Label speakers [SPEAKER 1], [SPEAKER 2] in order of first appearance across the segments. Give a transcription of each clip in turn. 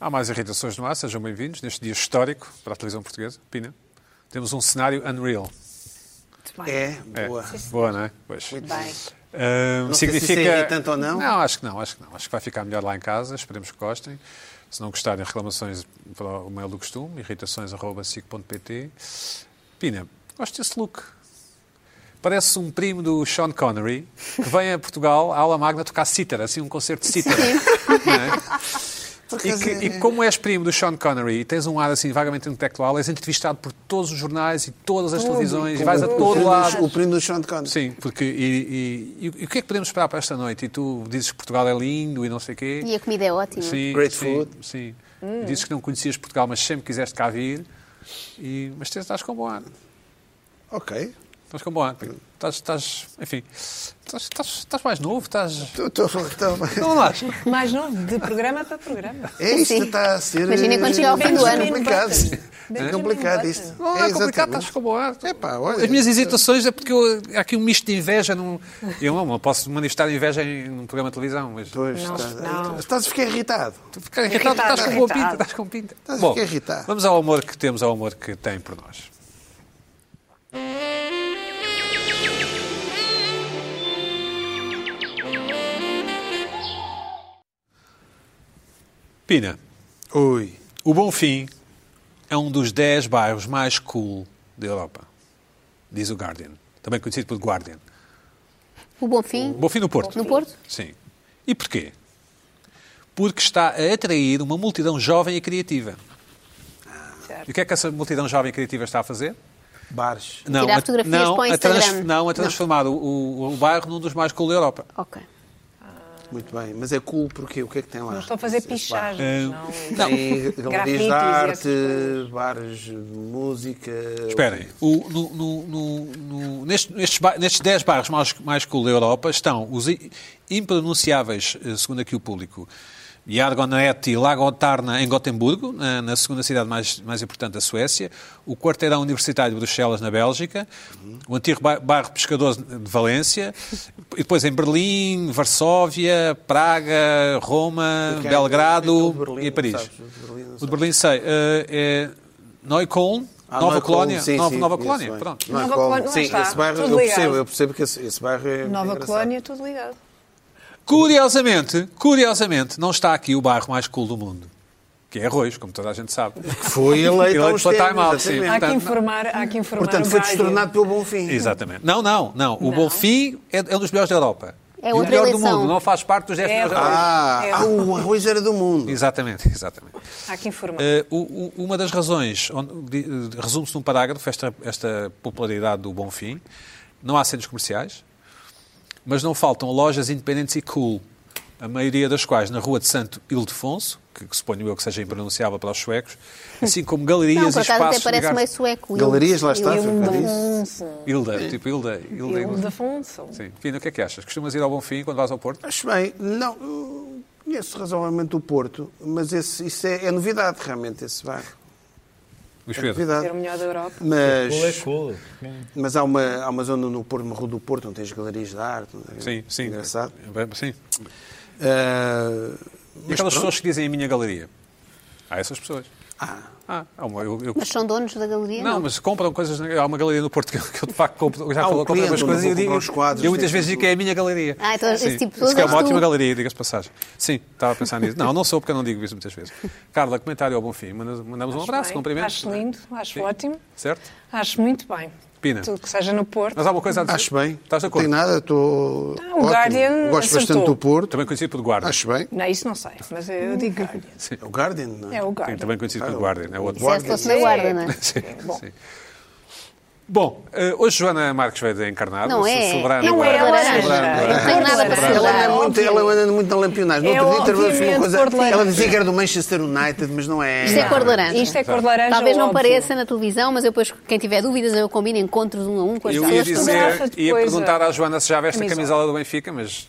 [SPEAKER 1] Há mais irritações no ar, sejam bem-vindos neste dia histórico para a televisão portuguesa. Pina, temos um cenário unreal.
[SPEAKER 2] Muito bem.
[SPEAKER 3] É,
[SPEAKER 1] É.
[SPEAKER 3] boa.
[SPEAKER 1] Boa, não é? Pois.
[SPEAKER 3] Muito
[SPEAKER 2] Bem.
[SPEAKER 1] Ahm,
[SPEAKER 3] Não sei se isso é irritante ou não.
[SPEAKER 1] Não, acho que não, acho que não. Acho que vai ficar melhor lá em casa, esperemos que gostem. Se não gostarem, reclamações para o mail do costume, irritações.sic.pt. Pina, gosto desse look. Parece um primo do Sean Connery que vem a Portugal, à aula magna, tocar cítara, assim, um concerto de cítara. Não é?
[SPEAKER 3] Por
[SPEAKER 1] E,
[SPEAKER 3] acaso
[SPEAKER 1] que-
[SPEAKER 3] é-
[SPEAKER 1] e como és primo do Sean Connery e tens um ar assim vagamente intelectual, és entrevistado por todos os jornais e todas as televisões e vais a
[SPEAKER 3] O
[SPEAKER 1] todo
[SPEAKER 3] primo do-
[SPEAKER 1] lado.
[SPEAKER 3] O primo do Sean Connery.
[SPEAKER 1] Sim, porque e, e- e- e o que é que podemos esperar para esta noite? E tu dizes que Portugal é lindo e não sei o quê.
[SPEAKER 4] E a comida é ótima. Hum.
[SPEAKER 1] Sim,
[SPEAKER 3] Great
[SPEAKER 1] sim,
[SPEAKER 3] food.
[SPEAKER 1] Sim. Dizes que não conhecias Portugal, mas sempre quiseste cá vir. E, mas tens- estás com bom ar.
[SPEAKER 3] Ok.
[SPEAKER 1] Estás com bom ar. Estás, estás enfim, estás, estás, estás mais novo, estás...
[SPEAKER 3] Tô- tô- tô-
[SPEAKER 1] Não achas?
[SPEAKER 2] Mais novo, de programa para programa.
[SPEAKER 3] É isto
[SPEAKER 4] Sim.
[SPEAKER 3] está a ser.
[SPEAKER 4] Imagina quando chegar ao fim do
[SPEAKER 3] é
[SPEAKER 4] ano.
[SPEAKER 3] complicado.
[SPEAKER 2] Benjamin
[SPEAKER 3] É complicado
[SPEAKER 2] Button.
[SPEAKER 3] isto.
[SPEAKER 1] Não, é, complicado, tá. estás com bom ar.
[SPEAKER 3] Epá, olha,
[SPEAKER 1] As minhas hesitações é porque eu- há aqui um misto de inveja. Num, eu não, não posso manifestar inveja em um programa de televisão, mas
[SPEAKER 3] Pois,
[SPEAKER 2] Não,
[SPEAKER 3] estás-
[SPEAKER 2] não.
[SPEAKER 3] Estás a ficar irritado.
[SPEAKER 1] tu ficas irritado, estás com boa
[SPEAKER 2] Irritado.
[SPEAKER 1] pinta, estás com pinta.
[SPEAKER 3] Estás a
[SPEAKER 1] Bom,
[SPEAKER 3] ficar irritado.
[SPEAKER 1] vamos ao amor que temos, ao amor que tem por nós. Pina,
[SPEAKER 3] Ui.
[SPEAKER 1] o Bonfim é um dos 10 bairros mais cool da Europa, diz o Guardian, também conhecido por Guardian.
[SPEAKER 4] O Bonfim,
[SPEAKER 1] Bonfim no Porto.
[SPEAKER 4] no Porto.
[SPEAKER 1] Sim. E porquê? Porque está a atrair uma multidão jovem e criativa.
[SPEAKER 2] Certo.
[SPEAKER 1] E o que é que essa multidão jovem e criativa está a fazer?
[SPEAKER 3] Bares.
[SPEAKER 1] Não,
[SPEAKER 4] Tirar
[SPEAKER 1] a-
[SPEAKER 4] fotografias
[SPEAKER 1] não,
[SPEAKER 4] para o
[SPEAKER 1] a trans-
[SPEAKER 4] Instagram.
[SPEAKER 1] não, a transformar o- O, o bairro num dos mais cool da Europa.
[SPEAKER 4] Ok.
[SPEAKER 3] Muito bem. Mas é cool porque o que é que tem lá?
[SPEAKER 2] Não estou a fazer
[SPEAKER 3] Esses bares.
[SPEAKER 2] pichagens, não.
[SPEAKER 1] Não.
[SPEAKER 2] é?
[SPEAKER 3] Tem
[SPEAKER 2] Grafites
[SPEAKER 3] galerias de
[SPEAKER 2] e
[SPEAKER 3] arte,
[SPEAKER 2] essas
[SPEAKER 3] bares de música.
[SPEAKER 1] Esperem, o- no- no- no- no- neste- nestes, ba- nestes 10 bairros mais, mais cool da Europa estão os i- impronunciáveis, eh, segundo aqui o público, Jargonet e Lagotarna em Gotemburgo, na, na segunda cidade mais, mais importante da Suécia, o quarteirão universitário de Bruxelas, na Bélgica,
[SPEAKER 3] Uhum.
[SPEAKER 1] o antigo ba- bairro pescador de Valência, e depois em Berlim, Varsóvia, Praga, Roma,
[SPEAKER 3] Porque há
[SPEAKER 1] Belgrado
[SPEAKER 3] aquele Berlim,
[SPEAKER 1] e
[SPEAKER 3] não
[SPEAKER 1] Paris.
[SPEAKER 3] sabes, o Berlim, não
[SPEAKER 1] O de Berlim sei. eh, é Neukölln,
[SPEAKER 3] Ah,
[SPEAKER 1] Nova
[SPEAKER 3] Nova
[SPEAKER 1] Colónia.
[SPEAKER 3] Sim,
[SPEAKER 1] Nova,
[SPEAKER 3] sim,
[SPEAKER 1] Nova
[SPEAKER 3] conheço
[SPEAKER 1] Colónia,
[SPEAKER 3] bem.
[SPEAKER 1] pronto.
[SPEAKER 3] Nova
[SPEAKER 2] Nova
[SPEAKER 3] Colónia.
[SPEAKER 2] Colónia,
[SPEAKER 3] Sim,
[SPEAKER 2] lá está,
[SPEAKER 3] esse bairro,
[SPEAKER 2] tudo
[SPEAKER 3] eu
[SPEAKER 2] ligado.
[SPEAKER 3] percebo, eu percebo que esse, esse bairro é.
[SPEAKER 2] Nova
[SPEAKER 3] engraçado.
[SPEAKER 2] Colónia, tudo ligado.
[SPEAKER 1] Curiosamente, curiosamente, não está aqui o bairro mais cool do mundo. Que é Arroios, como toda a gente sabe.
[SPEAKER 3] Foi eleito há uns
[SPEAKER 1] pela
[SPEAKER 3] tempos,
[SPEAKER 1] Time Out, sim.
[SPEAKER 3] exatamente.
[SPEAKER 2] Há que
[SPEAKER 1] Portanto,
[SPEAKER 2] informar, há que informar
[SPEAKER 3] Portanto,
[SPEAKER 2] o
[SPEAKER 3] foi
[SPEAKER 2] rádio.
[SPEAKER 3] destornado pelo bom fim.
[SPEAKER 1] Exatamente. Não, não, não. O Bonfim é, é um dos melhores da Europa.
[SPEAKER 4] É
[SPEAKER 1] E o
[SPEAKER 4] outra
[SPEAKER 1] melhor do
[SPEAKER 4] eleição.
[SPEAKER 1] mundo. Não faz parte dos 10
[SPEAKER 2] É
[SPEAKER 1] melhores da Europa.
[SPEAKER 2] Arroios.
[SPEAKER 3] Ah,
[SPEAKER 2] É.
[SPEAKER 3] ah, o arroz era do mundo.
[SPEAKER 1] Exatamente, exatamente.
[SPEAKER 2] Há que informar.
[SPEAKER 1] Eh, o- o- uma das razões, onde- de- de- resume-se num parágrafo esta, esta popularidade do Bonfim. Não há centros comerciais, mas não faltam lojas independentes e cool, a maioria das quais na Rua de Santo Ildefonso, que, que suponho eu que seja impronunciável para os suecos, assim como
[SPEAKER 4] Não,
[SPEAKER 1] galerias
[SPEAKER 4] por
[SPEAKER 1] e
[SPEAKER 4] acaso até
[SPEAKER 1] espaços...
[SPEAKER 4] parece
[SPEAKER 1] ligados-
[SPEAKER 4] meio sueco.
[SPEAKER 3] Galerias, lá
[SPEAKER 2] um
[SPEAKER 3] está,
[SPEAKER 4] Eu-
[SPEAKER 3] foi o que eu disse.
[SPEAKER 1] Hilda, tipo Hilda. Hilda,
[SPEAKER 2] E o de Afonso.
[SPEAKER 1] é Sim. Fina, o que é que achas? Costumas ir ao Bonfim quando vais ao Porto?
[SPEAKER 3] Acho bem, não, eu conheço razoavelmente o Porto, mas esse, isso é, é novidade realmente, esse bairro.
[SPEAKER 1] Luís
[SPEAKER 3] É
[SPEAKER 1] Pedro.
[SPEAKER 2] Ser o
[SPEAKER 3] novidade.
[SPEAKER 2] melhor da Europa.
[SPEAKER 5] Cool é
[SPEAKER 3] Mas,
[SPEAKER 5] cool.
[SPEAKER 3] mas há, uma, há uma zona no Porto, uma rua do Porto, onde tens galerias de arte. não é?
[SPEAKER 1] Sim, sim.
[SPEAKER 3] Engraçado.
[SPEAKER 1] Sim.
[SPEAKER 3] Ah,
[SPEAKER 1] E aquelas pessoas que dizem a minha galeria? Há essas pessoas.
[SPEAKER 3] ah,
[SPEAKER 1] Ah, há uma- eu- eu
[SPEAKER 4] Mas são donos da galeria?
[SPEAKER 1] Não, mas compram coisas. na- Há uma galeria no Porto que eu, que eu de facto compro, já
[SPEAKER 3] Há um
[SPEAKER 1] falou, compro
[SPEAKER 3] cliente
[SPEAKER 1] umas
[SPEAKER 3] onde
[SPEAKER 1] coisas e
[SPEAKER 3] eu
[SPEAKER 1] eu
[SPEAKER 3] compro
[SPEAKER 1] digo.
[SPEAKER 3] os quadros,
[SPEAKER 1] eu muitas
[SPEAKER 3] tem
[SPEAKER 1] vezes
[SPEAKER 3] tudo.
[SPEAKER 1] digo que é a minha galeria.
[SPEAKER 4] Ah, então esse
[SPEAKER 1] Sim.
[SPEAKER 4] tipo de
[SPEAKER 1] Isso que é uma
[SPEAKER 4] pessoas és
[SPEAKER 1] ótima
[SPEAKER 4] tu.
[SPEAKER 1] galeria, digas de passagem. Sim, estava a pensar nisso. Não, não sou porque eu não digo isso muitas vezes. Carla, comentário ao bom fim. Mandas- Mandamos um
[SPEAKER 2] Acho
[SPEAKER 1] abraço,
[SPEAKER 2] bem.
[SPEAKER 1] cumprimentos.
[SPEAKER 2] Acho lindo, acho ótimo.
[SPEAKER 1] Certo?
[SPEAKER 2] Acho muito bem.
[SPEAKER 1] Pina.
[SPEAKER 2] Tudo que seja no Porto.
[SPEAKER 1] Mas há uma coisa a dizer?
[SPEAKER 3] acho bem.
[SPEAKER 1] Estás de
[SPEAKER 3] Não tem
[SPEAKER 1] acordo?
[SPEAKER 3] nada, estou.
[SPEAKER 2] Ah, o
[SPEAKER 3] ótimo.
[SPEAKER 2] Guardian
[SPEAKER 3] Gosto bastante
[SPEAKER 2] acertou.
[SPEAKER 3] do Porto.
[SPEAKER 1] Também conhecido por Guarda.
[SPEAKER 3] Acho bem.
[SPEAKER 2] Não, isso não sei, mas eu digo Guardian.
[SPEAKER 3] É o Guardian, não é?
[SPEAKER 2] É o Guardian.
[SPEAKER 1] Hum. Sim, também conhecido por
[SPEAKER 3] Ah,
[SPEAKER 1] Guarda. É outro.
[SPEAKER 4] Isso é se fosse na
[SPEAKER 2] Sim.
[SPEAKER 4] guarda, não é?
[SPEAKER 1] Sim,
[SPEAKER 2] Bom.
[SPEAKER 1] sim. Bom, eh, hoje Joana Marques veio de encarnado.
[SPEAKER 4] Não é.
[SPEAKER 1] soberana
[SPEAKER 2] Não
[SPEAKER 1] guarda.
[SPEAKER 2] é, ela é
[SPEAKER 4] laranja. um Não tem nada
[SPEAKER 3] Ela
[SPEAKER 4] para celebrar.
[SPEAKER 3] anda muito, ela anda muito na lampionagem.
[SPEAKER 2] É
[SPEAKER 3] No outro dia trabalhou-se uma
[SPEAKER 2] obviamente
[SPEAKER 3] coisa.
[SPEAKER 2] cor de laranja.
[SPEAKER 3] Ela dizia que era do Manchester United, mas não é.
[SPEAKER 4] Isto é cor de laranja.
[SPEAKER 2] Isto é cor de laranja.
[SPEAKER 4] Talvez não
[SPEAKER 2] óbvio.
[SPEAKER 4] pareça na televisão, mas eu depois, quem tiver dúvidas, eu combino encontros um a um com as
[SPEAKER 1] Eu ia
[SPEAKER 2] Elas
[SPEAKER 4] pessoas.
[SPEAKER 1] dizer,
[SPEAKER 2] fotografa
[SPEAKER 1] ia
[SPEAKER 4] eh,
[SPEAKER 2] depois
[SPEAKER 1] perguntar
[SPEAKER 2] a-
[SPEAKER 1] à Joana se já veste a
[SPEAKER 2] camisola.
[SPEAKER 1] camisola do Benfica, mas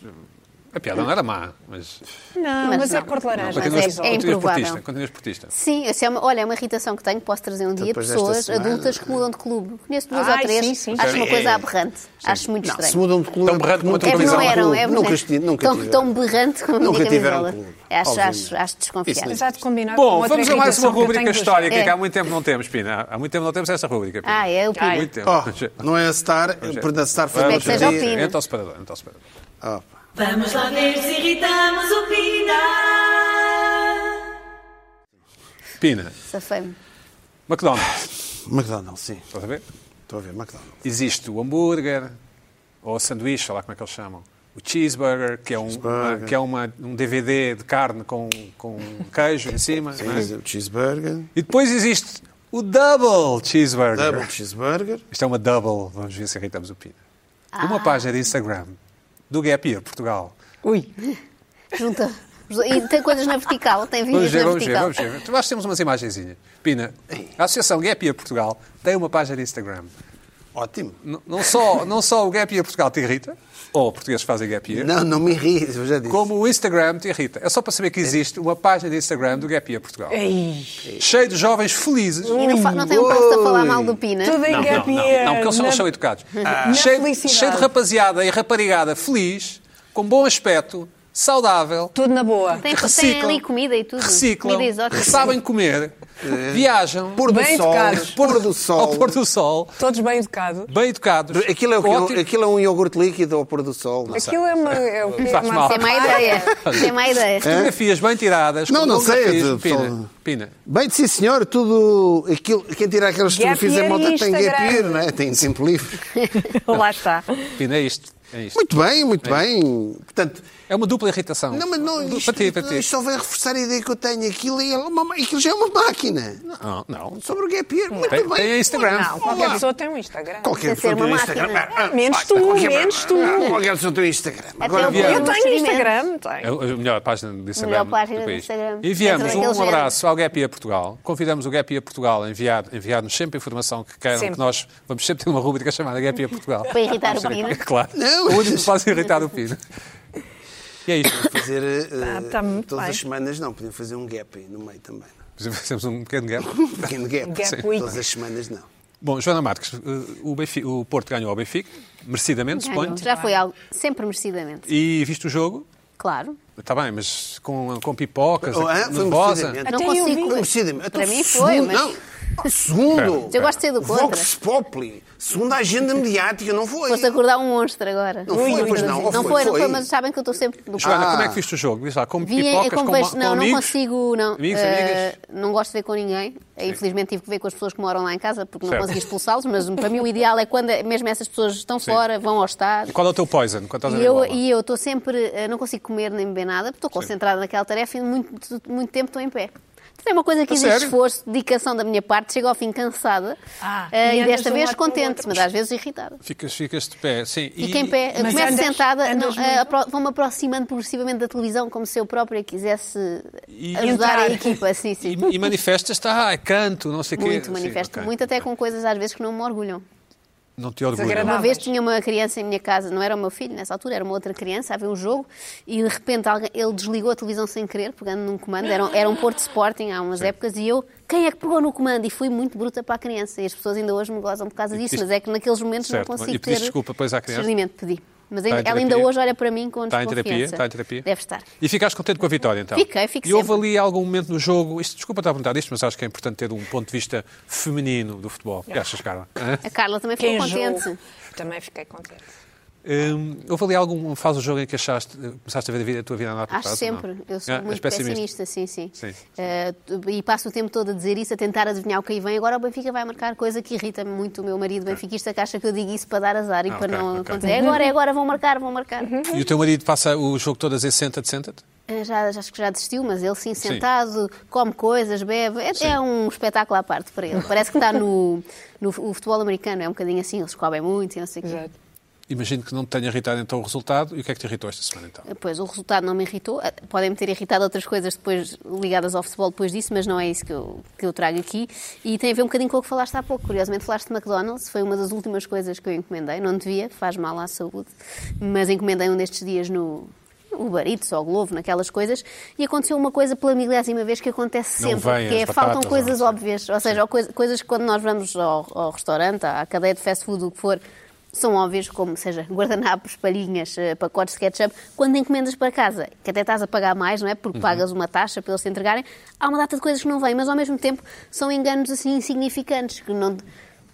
[SPEAKER 1] A piada não era má, mas.
[SPEAKER 2] Não, mas,
[SPEAKER 4] Mas
[SPEAKER 2] é
[SPEAKER 4] não.
[SPEAKER 2] cor de laranja.
[SPEAKER 4] Não,
[SPEAKER 1] continuas-
[SPEAKER 4] é
[SPEAKER 1] continuas
[SPEAKER 4] improvável.
[SPEAKER 1] portista, continuas portista.
[SPEAKER 4] Sim, essa é uma, olha, é uma irritação que tenho, posso trazer um dia,
[SPEAKER 3] Então, Depois desta
[SPEAKER 4] pessoas
[SPEAKER 3] semana,
[SPEAKER 4] adultas que mudam de clube. Conheço duas ou
[SPEAKER 2] Ai,
[SPEAKER 4] três,
[SPEAKER 2] sim, sim.
[SPEAKER 4] acho
[SPEAKER 3] Sim.
[SPEAKER 4] uma coisa
[SPEAKER 3] É.
[SPEAKER 4] aberrante, acho muito
[SPEAKER 3] Não,
[SPEAKER 4] estranho.
[SPEAKER 3] se mudam de clube.
[SPEAKER 1] Tão berrante como a
[SPEAKER 3] nunca
[SPEAKER 1] tua
[SPEAKER 4] É porque não
[SPEAKER 1] camisola.
[SPEAKER 3] tiveram
[SPEAKER 4] eram,
[SPEAKER 3] clube.
[SPEAKER 4] é
[SPEAKER 3] Nunca,
[SPEAKER 4] verdade.
[SPEAKER 3] esti- nunca
[SPEAKER 4] tão,
[SPEAKER 3] tiveram.
[SPEAKER 4] tão berrante como a minha
[SPEAKER 3] Nunca tiveram
[SPEAKER 4] camisola.
[SPEAKER 3] clube,
[SPEAKER 4] Acho,
[SPEAKER 3] obviamente.
[SPEAKER 4] acho, acho desconfiado.
[SPEAKER 2] Mas há de combinar com
[SPEAKER 1] Bom,
[SPEAKER 2] outra
[SPEAKER 1] vamos a mais uma
[SPEAKER 2] irritação que eu
[SPEAKER 1] rúbrica
[SPEAKER 2] tenho dos-
[SPEAKER 1] histórica que
[SPEAKER 4] É.
[SPEAKER 1] há muito tempo não temos, Pina. Há muito tempo não temos essa rúbrica. Pina.
[SPEAKER 4] Ah, é o
[SPEAKER 2] Ai.
[SPEAKER 4] Pina.
[SPEAKER 1] Muito tempo.
[SPEAKER 3] Oh, não é a Star, porque a Star foi
[SPEAKER 4] Espero
[SPEAKER 1] Vamos
[SPEAKER 4] que seja o
[SPEAKER 1] ver.
[SPEAKER 4] Pina.
[SPEAKER 1] Entra ao separador, entra ao separador.
[SPEAKER 3] Oh,
[SPEAKER 5] Vamos lá ver se irritamos o Pina.
[SPEAKER 1] Pina,
[SPEAKER 4] Safei-me.
[SPEAKER 1] McDonald's,
[SPEAKER 3] Oh, McDonald's, sim.
[SPEAKER 1] estás a ver?
[SPEAKER 3] Estou a ver, McDonald's.
[SPEAKER 1] Existe o hambúrguer, ou o sanduíche, sei lá como é que eles chamam. O cheeseburger, que é um,
[SPEAKER 3] Cheeseburger.
[SPEAKER 1] uma- que é uma, um DVD de carne com, com queijo em cima.
[SPEAKER 3] Sim,
[SPEAKER 1] não é?
[SPEAKER 3] o cheeseburger.
[SPEAKER 1] E depois existe o double cheeseburger.
[SPEAKER 3] Double cheeseburger.
[SPEAKER 1] Isto é uma double, vamos ver se irritamos o Pina. Uma página de Instagram do Gap Year Portugal.
[SPEAKER 4] Junta. E tem coisas na vertical, tem
[SPEAKER 1] Vamos
[SPEAKER 4] vídeos
[SPEAKER 1] ver,
[SPEAKER 4] na
[SPEAKER 1] vamos ver,
[SPEAKER 4] é vertical.
[SPEAKER 1] vamos ver. Tu acho que temos umas imagenzinhas. Pina, a Associação Gap Year Portugal tem uma página de Instagram.
[SPEAKER 3] Ótimo.
[SPEAKER 1] N- Não só, não só o Gap Year Portugal te irrita, ou portugueses que fazem Gap Year,
[SPEAKER 3] Não, não me ri, eu já disse.
[SPEAKER 1] como o Instagram te irrita. É só para saber que existe uma página de Instagram do Gap Year Portugal.
[SPEAKER 3] É.
[SPEAKER 1] Cheio de jovens felizes.
[SPEAKER 4] E não, fa- não tem um post a falar mal do Pina.
[SPEAKER 2] Tudo em
[SPEAKER 1] Não,
[SPEAKER 2] gap
[SPEAKER 1] não, não,
[SPEAKER 2] year,
[SPEAKER 1] não, porque eles
[SPEAKER 2] na-
[SPEAKER 1] não são educados.
[SPEAKER 2] Na
[SPEAKER 1] Cheio,
[SPEAKER 2] felicidade.
[SPEAKER 1] cheio de rapaziada e raparigada feliz, com bom aspecto, saudável,
[SPEAKER 2] Tudo na boa.
[SPEAKER 4] Tem, tem
[SPEAKER 1] reciclam,
[SPEAKER 4] ali comida e
[SPEAKER 2] Uhum.
[SPEAKER 4] tudo.
[SPEAKER 1] reciclam,
[SPEAKER 4] Comida exótica.
[SPEAKER 1] sabem comer, viajam,
[SPEAKER 3] Eh, Pôr do
[SPEAKER 2] Bem
[SPEAKER 3] sol.
[SPEAKER 2] educados.
[SPEAKER 3] Pôr do sol.
[SPEAKER 1] ao pôr do sol,
[SPEAKER 2] Todos bem educados.
[SPEAKER 1] bem educados.
[SPEAKER 3] Aquilo é, o que,
[SPEAKER 1] ótimo.
[SPEAKER 3] aquilo é um iogurte líquido ao pôr do sol. Não sei.
[SPEAKER 2] Aquilo é uma. É o quê?
[SPEAKER 1] Faz
[SPEAKER 2] Uma
[SPEAKER 1] mal.
[SPEAKER 4] Tem má ideia. Tem má ideia.
[SPEAKER 1] Fotografias bem tiradas.
[SPEAKER 3] é- Não,
[SPEAKER 1] com
[SPEAKER 3] não sei,
[SPEAKER 1] fotografias.
[SPEAKER 3] de-
[SPEAKER 1] Pina,
[SPEAKER 3] pessoal-
[SPEAKER 1] Pina.
[SPEAKER 3] Bem, sim, senhor, tudo. Aquilo, quem tira aquelas
[SPEAKER 2] Gap
[SPEAKER 3] fotografias é
[SPEAKER 2] year
[SPEAKER 3] malta que tem
[SPEAKER 2] Instagram.
[SPEAKER 3] gap year, não é? Tem tempo livre.
[SPEAKER 2] Lá está.
[SPEAKER 1] Pina, é isto. É, isto.
[SPEAKER 3] Muito bem, muito bem. Portanto,
[SPEAKER 1] é uma dupla irritação.
[SPEAKER 3] não, mas não,
[SPEAKER 1] Du-
[SPEAKER 3] isto, é
[SPEAKER 1] para ti, para ti.
[SPEAKER 3] isto só vai reforçar a ideia que eu tenho. Aquilo, é uma, aquilo já é uma máquina.
[SPEAKER 1] Não, Ah, não.
[SPEAKER 3] Sobre o gap year, muito
[SPEAKER 1] Tem,
[SPEAKER 3] bem.
[SPEAKER 1] tem a Instagram.
[SPEAKER 4] Não,
[SPEAKER 2] Qualquer
[SPEAKER 3] Olá.
[SPEAKER 2] pessoa tem um Instagram.
[SPEAKER 3] Qualquer
[SPEAKER 4] Tem que É ser
[SPEAKER 3] pessoa tem
[SPEAKER 4] uma
[SPEAKER 3] um
[SPEAKER 4] máquina.
[SPEAKER 3] Instagram. Ah, ah,
[SPEAKER 2] Menos
[SPEAKER 3] ah,
[SPEAKER 2] tu,
[SPEAKER 3] qualquer-
[SPEAKER 2] menos tu.
[SPEAKER 3] ah, Qualquer pessoa tem um Instagram. Agora,
[SPEAKER 4] o
[SPEAKER 1] vou-
[SPEAKER 2] Eu
[SPEAKER 4] Pedro
[SPEAKER 2] tenho
[SPEAKER 4] Nascimento.
[SPEAKER 2] Instagram, tenho.
[SPEAKER 1] É a melhor página do Instagram.
[SPEAKER 4] Melhor página
[SPEAKER 1] do
[SPEAKER 4] do
[SPEAKER 1] país.
[SPEAKER 4] Instagram.
[SPEAKER 1] Enviamos
[SPEAKER 4] Dentro daquele
[SPEAKER 1] um
[SPEAKER 4] género.
[SPEAKER 1] abraço ao Gap Year Portugal. Convidamos o Gap Year Portugal a enviar- enviar-nos sempre informação que queiram,
[SPEAKER 2] Sempre.
[SPEAKER 1] que nós vamos sempre ter uma rubrica chamada Gap Year Portugal.
[SPEAKER 4] Para irritar o Pina.
[SPEAKER 1] claro.
[SPEAKER 3] Não.
[SPEAKER 1] O único que faz irritar o Pino. E é isto.
[SPEAKER 3] fazer eh,
[SPEAKER 2] Ah, tá muito
[SPEAKER 3] todas
[SPEAKER 2] bem.
[SPEAKER 3] as semanas, não. Podiam fazer um gap aí no meio também.
[SPEAKER 1] Fizemos um pequeno gap.
[SPEAKER 3] Um pequeno gap.
[SPEAKER 2] Gap
[SPEAKER 3] Sim.
[SPEAKER 2] week.
[SPEAKER 3] Todas as semanas, não.
[SPEAKER 1] Bom, Joana Marques, eh, o, Benfi- o Porto ganhou ao Benfica, merecidamente, suponho.
[SPEAKER 4] Já foi algo, sempre merecidamente.
[SPEAKER 1] E viste o jogo?
[SPEAKER 4] Claro.
[SPEAKER 1] Está bem, mas com, com pipocas,
[SPEAKER 3] Oh, é? Foi
[SPEAKER 1] nervosa.
[SPEAKER 3] merecidamente.
[SPEAKER 4] Não
[SPEAKER 2] Até eu vi.
[SPEAKER 4] consigo.
[SPEAKER 3] Não precisa de mim. Então,
[SPEAKER 4] um Para mim foi,
[SPEAKER 3] segundo-
[SPEAKER 4] mas-
[SPEAKER 3] Não, Ah, segundo.
[SPEAKER 4] Mas eu gosto de ser do contra.
[SPEAKER 3] Vox Populi. Segundo a agenda mediática, não foi.
[SPEAKER 4] Foste acordar um monstro agora.
[SPEAKER 3] Não foi, pois não. Ou
[SPEAKER 4] Não
[SPEAKER 3] foi,
[SPEAKER 4] foi, não foi,
[SPEAKER 3] foi.
[SPEAKER 4] mas sabem que eu estou sempre do
[SPEAKER 1] Joana,
[SPEAKER 4] contra.
[SPEAKER 1] como
[SPEAKER 3] Ah.
[SPEAKER 1] é que viste o jogo? Diz lá, com
[SPEAKER 4] Vi, é
[SPEAKER 1] pipocas, com,
[SPEAKER 4] como
[SPEAKER 1] ma-
[SPEAKER 4] vejo,
[SPEAKER 1] com
[SPEAKER 4] não, não
[SPEAKER 1] amigos?
[SPEAKER 4] consigo, não.
[SPEAKER 1] Amigos,
[SPEAKER 4] Eh,
[SPEAKER 1] amigas?
[SPEAKER 4] não gosto de ver com ninguém. Infelizmente tive que ver com as pessoas que moram lá em casa porque
[SPEAKER 1] Certo.
[SPEAKER 4] não consegui expulsá-los, mas para mim o ideal é quando mesmo essas pessoas estão
[SPEAKER 1] Sim.
[SPEAKER 4] fora, vão ao estádio.
[SPEAKER 1] E Qual é o teu poison? Quando estás a
[SPEAKER 4] E
[SPEAKER 1] ver
[SPEAKER 4] eu,
[SPEAKER 1] bola?
[SPEAKER 4] e eu estou sempre, eh, não consigo comer nem beber nada, porque estou concentrada naquela tarefa e muito, muito tempo estou em pé. Então é uma coisa que
[SPEAKER 1] A
[SPEAKER 4] exige
[SPEAKER 1] sério?
[SPEAKER 4] esforço, dedicação da minha parte, chego ao fim cansada
[SPEAKER 2] Ah,
[SPEAKER 4] eh,
[SPEAKER 2] e
[SPEAKER 4] e,
[SPEAKER 2] andas de
[SPEAKER 4] desta
[SPEAKER 2] um
[SPEAKER 4] vez
[SPEAKER 2] lado para o
[SPEAKER 4] contente,
[SPEAKER 2] outro.
[SPEAKER 4] mas às vezes irritada.
[SPEAKER 1] Ficas, ficas de pé, sim. E-
[SPEAKER 4] Fico em pé,
[SPEAKER 2] Mas
[SPEAKER 4] começo
[SPEAKER 2] andas-
[SPEAKER 4] sentada,
[SPEAKER 2] andas
[SPEAKER 4] não,
[SPEAKER 2] muito?
[SPEAKER 4] eh, apro- vou-me aproximando progressivamente da televisão como se eu própria quisesse
[SPEAKER 1] E-
[SPEAKER 4] ajudar
[SPEAKER 2] Entrar.
[SPEAKER 4] a equipa. Sim, sim.
[SPEAKER 1] E, e manifestas-te, ah, canto, não sei o quê.
[SPEAKER 4] muito,
[SPEAKER 1] Sim,
[SPEAKER 4] manifesto
[SPEAKER 1] ok.
[SPEAKER 4] muito, até com coisas às vezes que não me orgulham.
[SPEAKER 1] Não te orgulho.
[SPEAKER 4] Uma
[SPEAKER 2] Desagradável.
[SPEAKER 4] vez tinha uma criança em minha casa, não era o meu filho nessa altura, era uma outra criança, havia um jogo e de repente alguém- ele desligou a televisão sem querer, pegando num comando, era, um- era um Porto Sporting há umas épocas e eu, quem é que pegou no comando? E fui muito bruta para a criança e as pessoas ainda hoje me gozam por causa disso,
[SPEAKER 1] pediste-
[SPEAKER 4] mas é que naqueles momentos
[SPEAKER 1] Certo,
[SPEAKER 4] não
[SPEAKER 1] e
[SPEAKER 4] consigo
[SPEAKER 1] pediste
[SPEAKER 4] ter
[SPEAKER 1] desculpa depois à criança?
[SPEAKER 4] discernimento, pedi. Mas
[SPEAKER 1] Está em
[SPEAKER 4] ainda- ela ainda
[SPEAKER 1] terapia?
[SPEAKER 4] hoje olha para mim com
[SPEAKER 1] Está em terapia?
[SPEAKER 4] desconfiança.
[SPEAKER 1] Está em terapia?
[SPEAKER 4] Deve estar.
[SPEAKER 1] E ficaste contente com a vitória, então?
[SPEAKER 4] Fiquei, fico
[SPEAKER 1] E houve
[SPEAKER 4] sempre.
[SPEAKER 1] ali algum momento no jogo, isto, desculpa estar a perguntar isto, mas acho que é importante ter um ponto de vista feminino do futebol. O que achas, Carla? Hã?
[SPEAKER 4] A Carla também ficou
[SPEAKER 2] Quem
[SPEAKER 4] contente.
[SPEAKER 2] jogo? Também fiquei contente.
[SPEAKER 1] Hum, houve ali algum fase do jogo em que achaste, começaste a ver a, vida, a tua vida andar para
[SPEAKER 4] Acho
[SPEAKER 1] trás? ou não?
[SPEAKER 4] sempre. Eu sou
[SPEAKER 1] Ah, és
[SPEAKER 4] muito pessimista, sim, sim.
[SPEAKER 1] Sim.
[SPEAKER 4] Eh, tu- e passo o tempo todo a dizer isso, a tentar adivinhar o que aí vem. Agora o Benfica vai marcar coisa que irrita-me muito o meu marido benfiquista, que acha que eu digo isso para dar azar e
[SPEAKER 1] Ah,
[SPEAKER 4] para
[SPEAKER 1] ok,
[SPEAKER 4] não
[SPEAKER 1] ok.
[SPEAKER 4] acontecer. É agora, é agora, vão marcar, vão marcar.
[SPEAKER 1] E o teu marido passa o jogo todo a dizer senta-te, senta-te?
[SPEAKER 4] Eh, Já, já- acho que já desistiu, mas ele sim, sentado, come coisas, bebe. É, é um espetáculo à parte para ele. Parece que está no, no o futebol americano, é um bocadinho assim, eles comem muito e não sei o quê.
[SPEAKER 2] Exato.
[SPEAKER 1] Imagino que não te tenha irritado então o resultado. E o que é que te irritou esta semana, então?
[SPEAKER 4] Pois, o resultado não me irritou. Ah, Podem-me ter irritado outras coisas depois ligadas ao futebol depois disso, mas não é isso que eu, que eu trago aqui. E tem a ver um bocadinho com o que falaste há pouco. Curiosamente, falaste de McDonald's, foi uma das últimas coisas que eu encomendei. Não devia, faz mal à saúde, mas encomendei um destes dias no, no Uber Eats ou Glovo, naquelas coisas, e aconteceu uma coisa pela milésima vez que acontece
[SPEAKER 1] Não
[SPEAKER 4] sempre,
[SPEAKER 1] vêm
[SPEAKER 4] que é
[SPEAKER 1] as
[SPEAKER 4] faltam
[SPEAKER 1] batatas,
[SPEAKER 4] coisas
[SPEAKER 1] não é?
[SPEAKER 4] óbvias, ou seja, ou coisa- coisas que quando nós vamos ao, ao restaurante, à cadeia de fast food, o que for, são óbvias, como seja guardanapos, palhinhas, eh, pacotes de ketchup, quando encomendas para casa, que até estás a pagar mais, não é?
[SPEAKER 1] Uhum.
[SPEAKER 4] Porque pagas uma taxa para eles te entregarem, há uma data de coisas que não vêm, mas ao mesmo tempo são enganos assim insignificantes, que não.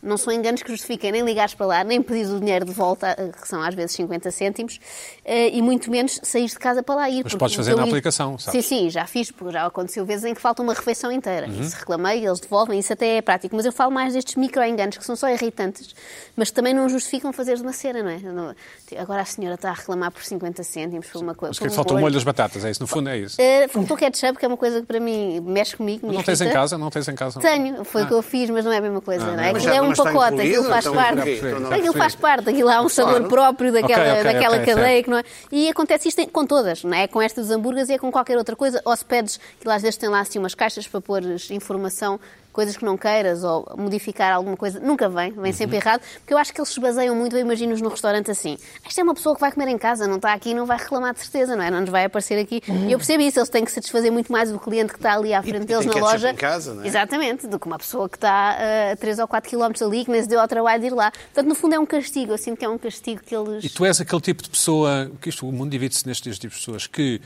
[SPEAKER 4] Não são enganos que justifiquem nem ligares para lá, nem pedires o dinheiro de volta, eh, que são às vezes 50 cêntimos, eh, e muito menos sair de casa para lá
[SPEAKER 1] Mas
[SPEAKER 4] ir. porque
[SPEAKER 1] podes
[SPEAKER 4] o
[SPEAKER 1] fazer
[SPEAKER 4] teu
[SPEAKER 1] na
[SPEAKER 4] ir-
[SPEAKER 1] aplicação, sabes?
[SPEAKER 4] Sim, Sim, já fiz, porque já aconteceu vezes em que falta uma refeição inteira.
[SPEAKER 1] Uhum.
[SPEAKER 4] Se reclamei, eles devolvem, isso até é prático. Mas eu falo mais destes micro-enganos, que são só irritantes, mas que também não justificam fazeres uma cena, não é? Não- Agora a senhora está a reclamar por 50 cêntimos, por uma coisa.
[SPEAKER 1] Mas que falta o molho das batatas, é isso? No fundo é isso.
[SPEAKER 4] Uh, faltou ketchup, que é uma coisa que para mim mexe comigo. me
[SPEAKER 1] Não tens em
[SPEAKER 4] irrita.
[SPEAKER 1] casa? Não tens em casa?
[SPEAKER 4] Tenho, foi o que eu fiz, mas não é a mesma coisa, não é?
[SPEAKER 3] Ah. Mas
[SPEAKER 4] Aquilo
[SPEAKER 3] já-
[SPEAKER 4] é um
[SPEAKER 3] mas está
[SPEAKER 4] pacote, aquilo
[SPEAKER 3] incluído,
[SPEAKER 4] faz
[SPEAKER 3] então,
[SPEAKER 4] parte.
[SPEAKER 3] ok, então não-
[SPEAKER 4] Aquilo faz parte, aquilo há um sabor próprio daquela,
[SPEAKER 1] Ok, ok,
[SPEAKER 4] daquela
[SPEAKER 1] ok,
[SPEAKER 4] cadeia
[SPEAKER 1] certo.
[SPEAKER 4] que não é. E acontece isto em- com todas, não é? Com esta dos hambúrgueres e é com qualquer outra coisa. Ou se pedes, que lá às vezes tem lá assim umas caixas para pôr informação, coisas que não queiras, ou modificar alguma coisa, nunca vem,
[SPEAKER 3] Uhum.
[SPEAKER 4] vem sempre errado, porque eu acho que eles se baseiam muito, eu imagino-os num restaurante assim. Esta é uma pessoa que vai comer em casa, não está aqui e não vai reclamar de certeza, não é? Não nos vai aparecer aqui. E eu percebo isso, eles têm que satisfazer muito mais o cliente que está ali à frente
[SPEAKER 3] Uhum. e
[SPEAKER 4] deles
[SPEAKER 3] tem
[SPEAKER 4] na
[SPEAKER 3] ketchup
[SPEAKER 4] loja.
[SPEAKER 3] em casa, não é?
[SPEAKER 4] Exatamente, do que uma pessoa que está ah, a 3 ou 4 quilómetros ali, que nem se deu ao trabalho de ir lá. Portanto, no fundo é um castigo, eu sinto que é um castigo que eles...
[SPEAKER 1] E tu és aquele tipo de pessoa, que isto, o mundo divide-se nestes tipos de pessoas, que,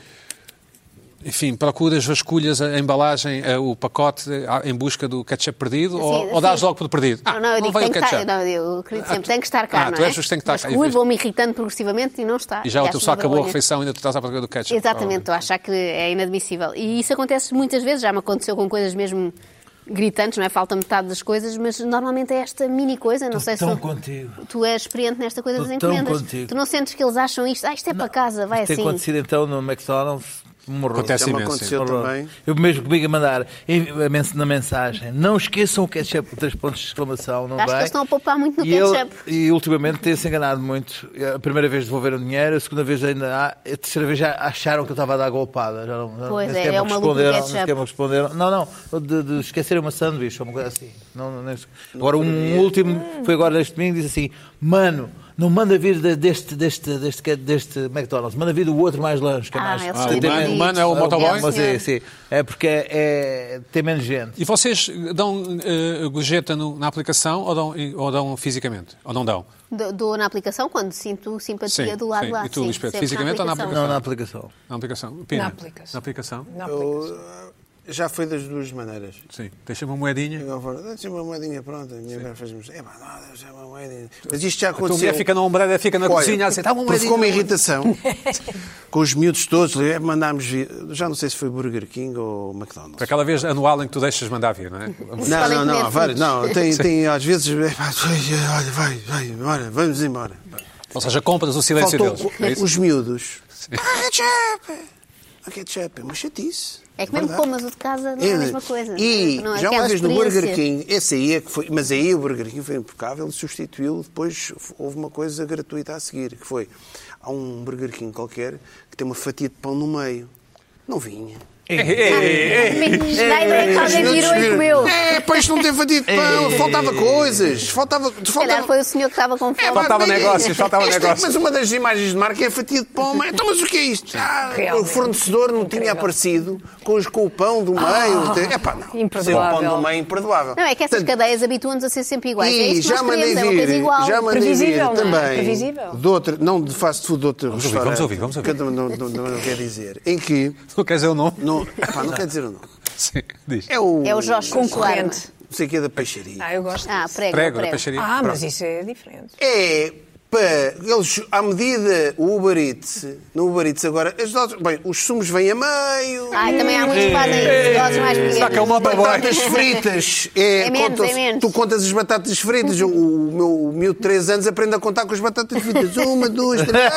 [SPEAKER 1] enfim, procuras, vasculhas a embalagem, a- o pacote a- em busca do ketchup perdido ou,
[SPEAKER 4] Sim,
[SPEAKER 1] ou dás
[SPEAKER 4] sim.
[SPEAKER 1] logo por perdido? Ah,
[SPEAKER 4] não, não, eu digo,
[SPEAKER 1] veio
[SPEAKER 4] tem
[SPEAKER 1] o
[SPEAKER 4] que
[SPEAKER 1] ketchup.
[SPEAKER 4] estar, não, eu acredito sempre, tem que estar cá,
[SPEAKER 1] Ah,
[SPEAKER 4] não
[SPEAKER 1] tu
[SPEAKER 4] é?
[SPEAKER 1] és dos que tem que estar
[SPEAKER 4] Mas
[SPEAKER 1] cá,
[SPEAKER 4] fui,
[SPEAKER 1] viste?
[SPEAKER 4] vou-me irritando progressivamente e não está.
[SPEAKER 1] E já a
[SPEAKER 4] acho
[SPEAKER 1] tua só
[SPEAKER 4] uma
[SPEAKER 1] acabou a
[SPEAKER 4] vergonha.
[SPEAKER 1] refeição e ainda tu estás à procura do ketchup.
[SPEAKER 4] Exatamente, estou a achar que é inadmissível. E isso acontece muitas vezes, já me aconteceu com coisas mesmo gritantes, não é? Falta metade das coisas, mas normalmente é esta mini coisa, não sei
[SPEAKER 6] tão
[SPEAKER 4] se...
[SPEAKER 6] contigo.
[SPEAKER 4] Tu és experiente nesta coisa das
[SPEAKER 6] Estou tão
[SPEAKER 4] encomendas.
[SPEAKER 6] contigo.
[SPEAKER 4] Tu não sentes que eles acham isto, ah, isto é para casa, vai
[SPEAKER 6] Isto Tem
[SPEAKER 4] assim.
[SPEAKER 6] acontecido então no McDonald's. Um horror.
[SPEAKER 1] Acontece
[SPEAKER 3] Já me
[SPEAKER 1] imenso,
[SPEAKER 3] aconteceu
[SPEAKER 6] Horror.
[SPEAKER 3] é também.
[SPEAKER 6] Eu mesmo comigo a mandar em- a mens- na mensagem. Não esqueçam o ketchup, três pontos de exclamação. Não
[SPEAKER 4] Acho que
[SPEAKER 6] vai?
[SPEAKER 4] eles estão a poupar muito no
[SPEAKER 6] e eu-
[SPEAKER 4] ketchup.
[SPEAKER 6] e ultimamente tem-se enganado muito. É A primeira vez devolveram dinheiro, a segunda vez ainda há, a terceira vez já acharam que eu estava a dar golpada. Já não, já
[SPEAKER 4] Pois
[SPEAKER 6] nem
[SPEAKER 4] é,
[SPEAKER 6] sequer me
[SPEAKER 4] é o maluco do
[SPEAKER 6] responderam, nem
[SPEAKER 4] ketchup.
[SPEAKER 6] sequer me responderam. Não, não, de, de esquecer uma sanduíche ou uma coisa assim. Não, não, nem- agora um último, foi agora neste domingo, disse assim, mano... Não manda vir de- deste, deste, deste, deste McDonald's, manda vir do outro mais longe, que é
[SPEAKER 4] Ah,
[SPEAKER 6] mais.
[SPEAKER 4] eles
[SPEAKER 1] Ah, o man- o man é o motoboy?
[SPEAKER 6] Mas é,
[SPEAKER 4] Sim, senhor.
[SPEAKER 6] sim. É porque é, tem menos gente.
[SPEAKER 1] E vocês dão eh, gorjeta no- na aplicação ou dão, ou dão fisicamente? Ou não dão?
[SPEAKER 4] Dou- Dou na aplicação quando sinto simpatia
[SPEAKER 1] Sim,
[SPEAKER 4] do lado
[SPEAKER 1] sim.
[SPEAKER 4] lá.
[SPEAKER 1] E tu,
[SPEAKER 4] Sim,
[SPEAKER 1] Lisbeth,
[SPEAKER 4] sempre
[SPEAKER 1] fisicamente ou na aplicação?
[SPEAKER 6] Não, na aplicação.
[SPEAKER 1] Na aplicação? Pina,
[SPEAKER 2] Na aplicação.
[SPEAKER 1] Na aplicação?
[SPEAKER 2] Não aplicas.
[SPEAKER 3] Eu, ah, já foi das duas maneiras.
[SPEAKER 1] Sim. Deixa-me uma moedinha.
[SPEAKER 3] Eu vou, Deixa uma moedinha pronta, a minha mulher fez-me. É, pá, não, deixa uma moedinha. Mas isto já
[SPEAKER 1] A tua
[SPEAKER 3] aconteceu.
[SPEAKER 1] mulher um fica na ombreira, fica na
[SPEAKER 3] Olha,
[SPEAKER 1] cozinha a dizer, "Tá dá uma moedinha.
[SPEAKER 3] Provocou uma irritação com os miúdos todos. eh, Mandámos vir. Já não sei se foi Burger King ou McDonald's.
[SPEAKER 1] Aquela vez anual em que tu deixas mandar vir, não é?
[SPEAKER 3] Não,
[SPEAKER 4] Podem
[SPEAKER 3] não,
[SPEAKER 4] comer
[SPEAKER 3] não, há vários.
[SPEAKER 4] frutos.
[SPEAKER 3] Não, tem, tem às vezes. eh, pá, Olha, vai, vai, embora, vamos embora.
[SPEAKER 1] Ou seja, compras o silêncio
[SPEAKER 3] Faltou
[SPEAKER 1] deles. É isso?
[SPEAKER 3] os miúdos. Ah, ketchup! Ah, ketchup, é uma chatice.
[SPEAKER 4] É que mesmo
[SPEAKER 3] verdade.
[SPEAKER 4] comas o de casa não é a mesma coisa.
[SPEAKER 3] E
[SPEAKER 4] não é?
[SPEAKER 3] já uma
[SPEAKER 4] Aquela
[SPEAKER 3] vez no Burger
[SPEAKER 4] experiência.
[SPEAKER 3] King, esse aí é que foi, mas aí o Burger King foi impecável, substituiu, depois houve uma coisa gratuita a seguir, que foi, há um Burger King qualquer que tem uma fatia de pão no meio. Não vinha.
[SPEAKER 4] Dá a ideia que alguém virou e comeu. Se
[SPEAKER 3] É, pois não tem fatia de pão, faltava coisas, faltava...
[SPEAKER 4] calhar
[SPEAKER 3] faltava...
[SPEAKER 4] foi o senhor que estava com fome.
[SPEAKER 3] É, mas
[SPEAKER 1] Faltava
[SPEAKER 3] nem-
[SPEAKER 1] negócios, faltava
[SPEAKER 3] Esta- é
[SPEAKER 1] negócios.
[SPEAKER 3] Mas uma das imagens de marca é a fatia de pão. Mas, então, mas o que é isto? Ah, o
[SPEAKER 2] Realmente.
[SPEAKER 3] fornecedor não tinha
[SPEAKER 2] Incrível.
[SPEAKER 3] aparecido com, os- com o pão do meio. É pá, não.
[SPEAKER 2] Imperdoável.
[SPEAKER 3] Sem O pão do meio é imperdoável.
[SPEAKER 4] Ah. Não, é que essas
[SPEAKER 3] Portanto,
[SPEAKER 4] cadeias habituam-nos a ser sempre iguais. é
[SPEAKER 3] E
[SPEAKER 4] isso que
[SPEAKER 3] já
[SPEAKER 4] nós
[SPEAKER 3] mandei
[SPEAKER 4] queremos, é uma coisa
[SPEAKER 3] vir,
[SPEAKER 4] igual.
[SPEAKER 3] já mandei vir
[SPEAKER 2] Previsível, não é?
[SPEAKER 3] também.
[SPEAKER 2] Previsível.
[SPEAKER 3] De outra, não de fast food de outro
[SPEAKER 1] Vamos ouvir,
[SPEAKER 3] restaurante.
[SPEAKER 1] vamos ouvir, vamos ouvir.
[SPEAKER 3] Que eu não, não, não, não quer dizer. Em que.
[SPEAKER 1] Não quer dizer o nome?
[SPEAKER 3] Não, epá, não quer dizer o nome.
[SPEAKER 1] Sim, diz.
[SPEAKER 3] É o.
[SPEAKER 4] É o Jorge
[SPEAKER 2] Concorrente.
[SPEAKER 4] Soares.
[SPEAKER 3] Não sei o que é da peixaria.
[SPEAKER 2] Ah, eu gosto.
[SPEAKER 4] Ah,
[SPEAKER 2] disso.
[SPEAKER 4] prego.
[SPEAKER 1] Prego da
[SPEAKER 4] prego.
[SPEAKER 1] peixaria.
[SPEAKER 2] Ah, mas isso é diferente.
[SPEAKER 3] É para eles, à medida o Uber Eats, no Uber Eats agora, as notas- bem, os sumos vêm a meio. Hum.
[SPEAKER 4] Ai, também há muitos que fazem isso. Doses mais pequenas.
[SPEAKER 1] Será que é o motoboy?
[SPEAKER 3] Batatas fritas. É,
[SPEAKER 4] É menos,
[SPEAKER 3] contam-se-
[SPEAKER 4] é menos.
[SPEAKER 3] Tu contas as batatas fritas. O, o meu o miúdo de 3 anos aprende a contar com as batatas fritas. Uma, duas, três.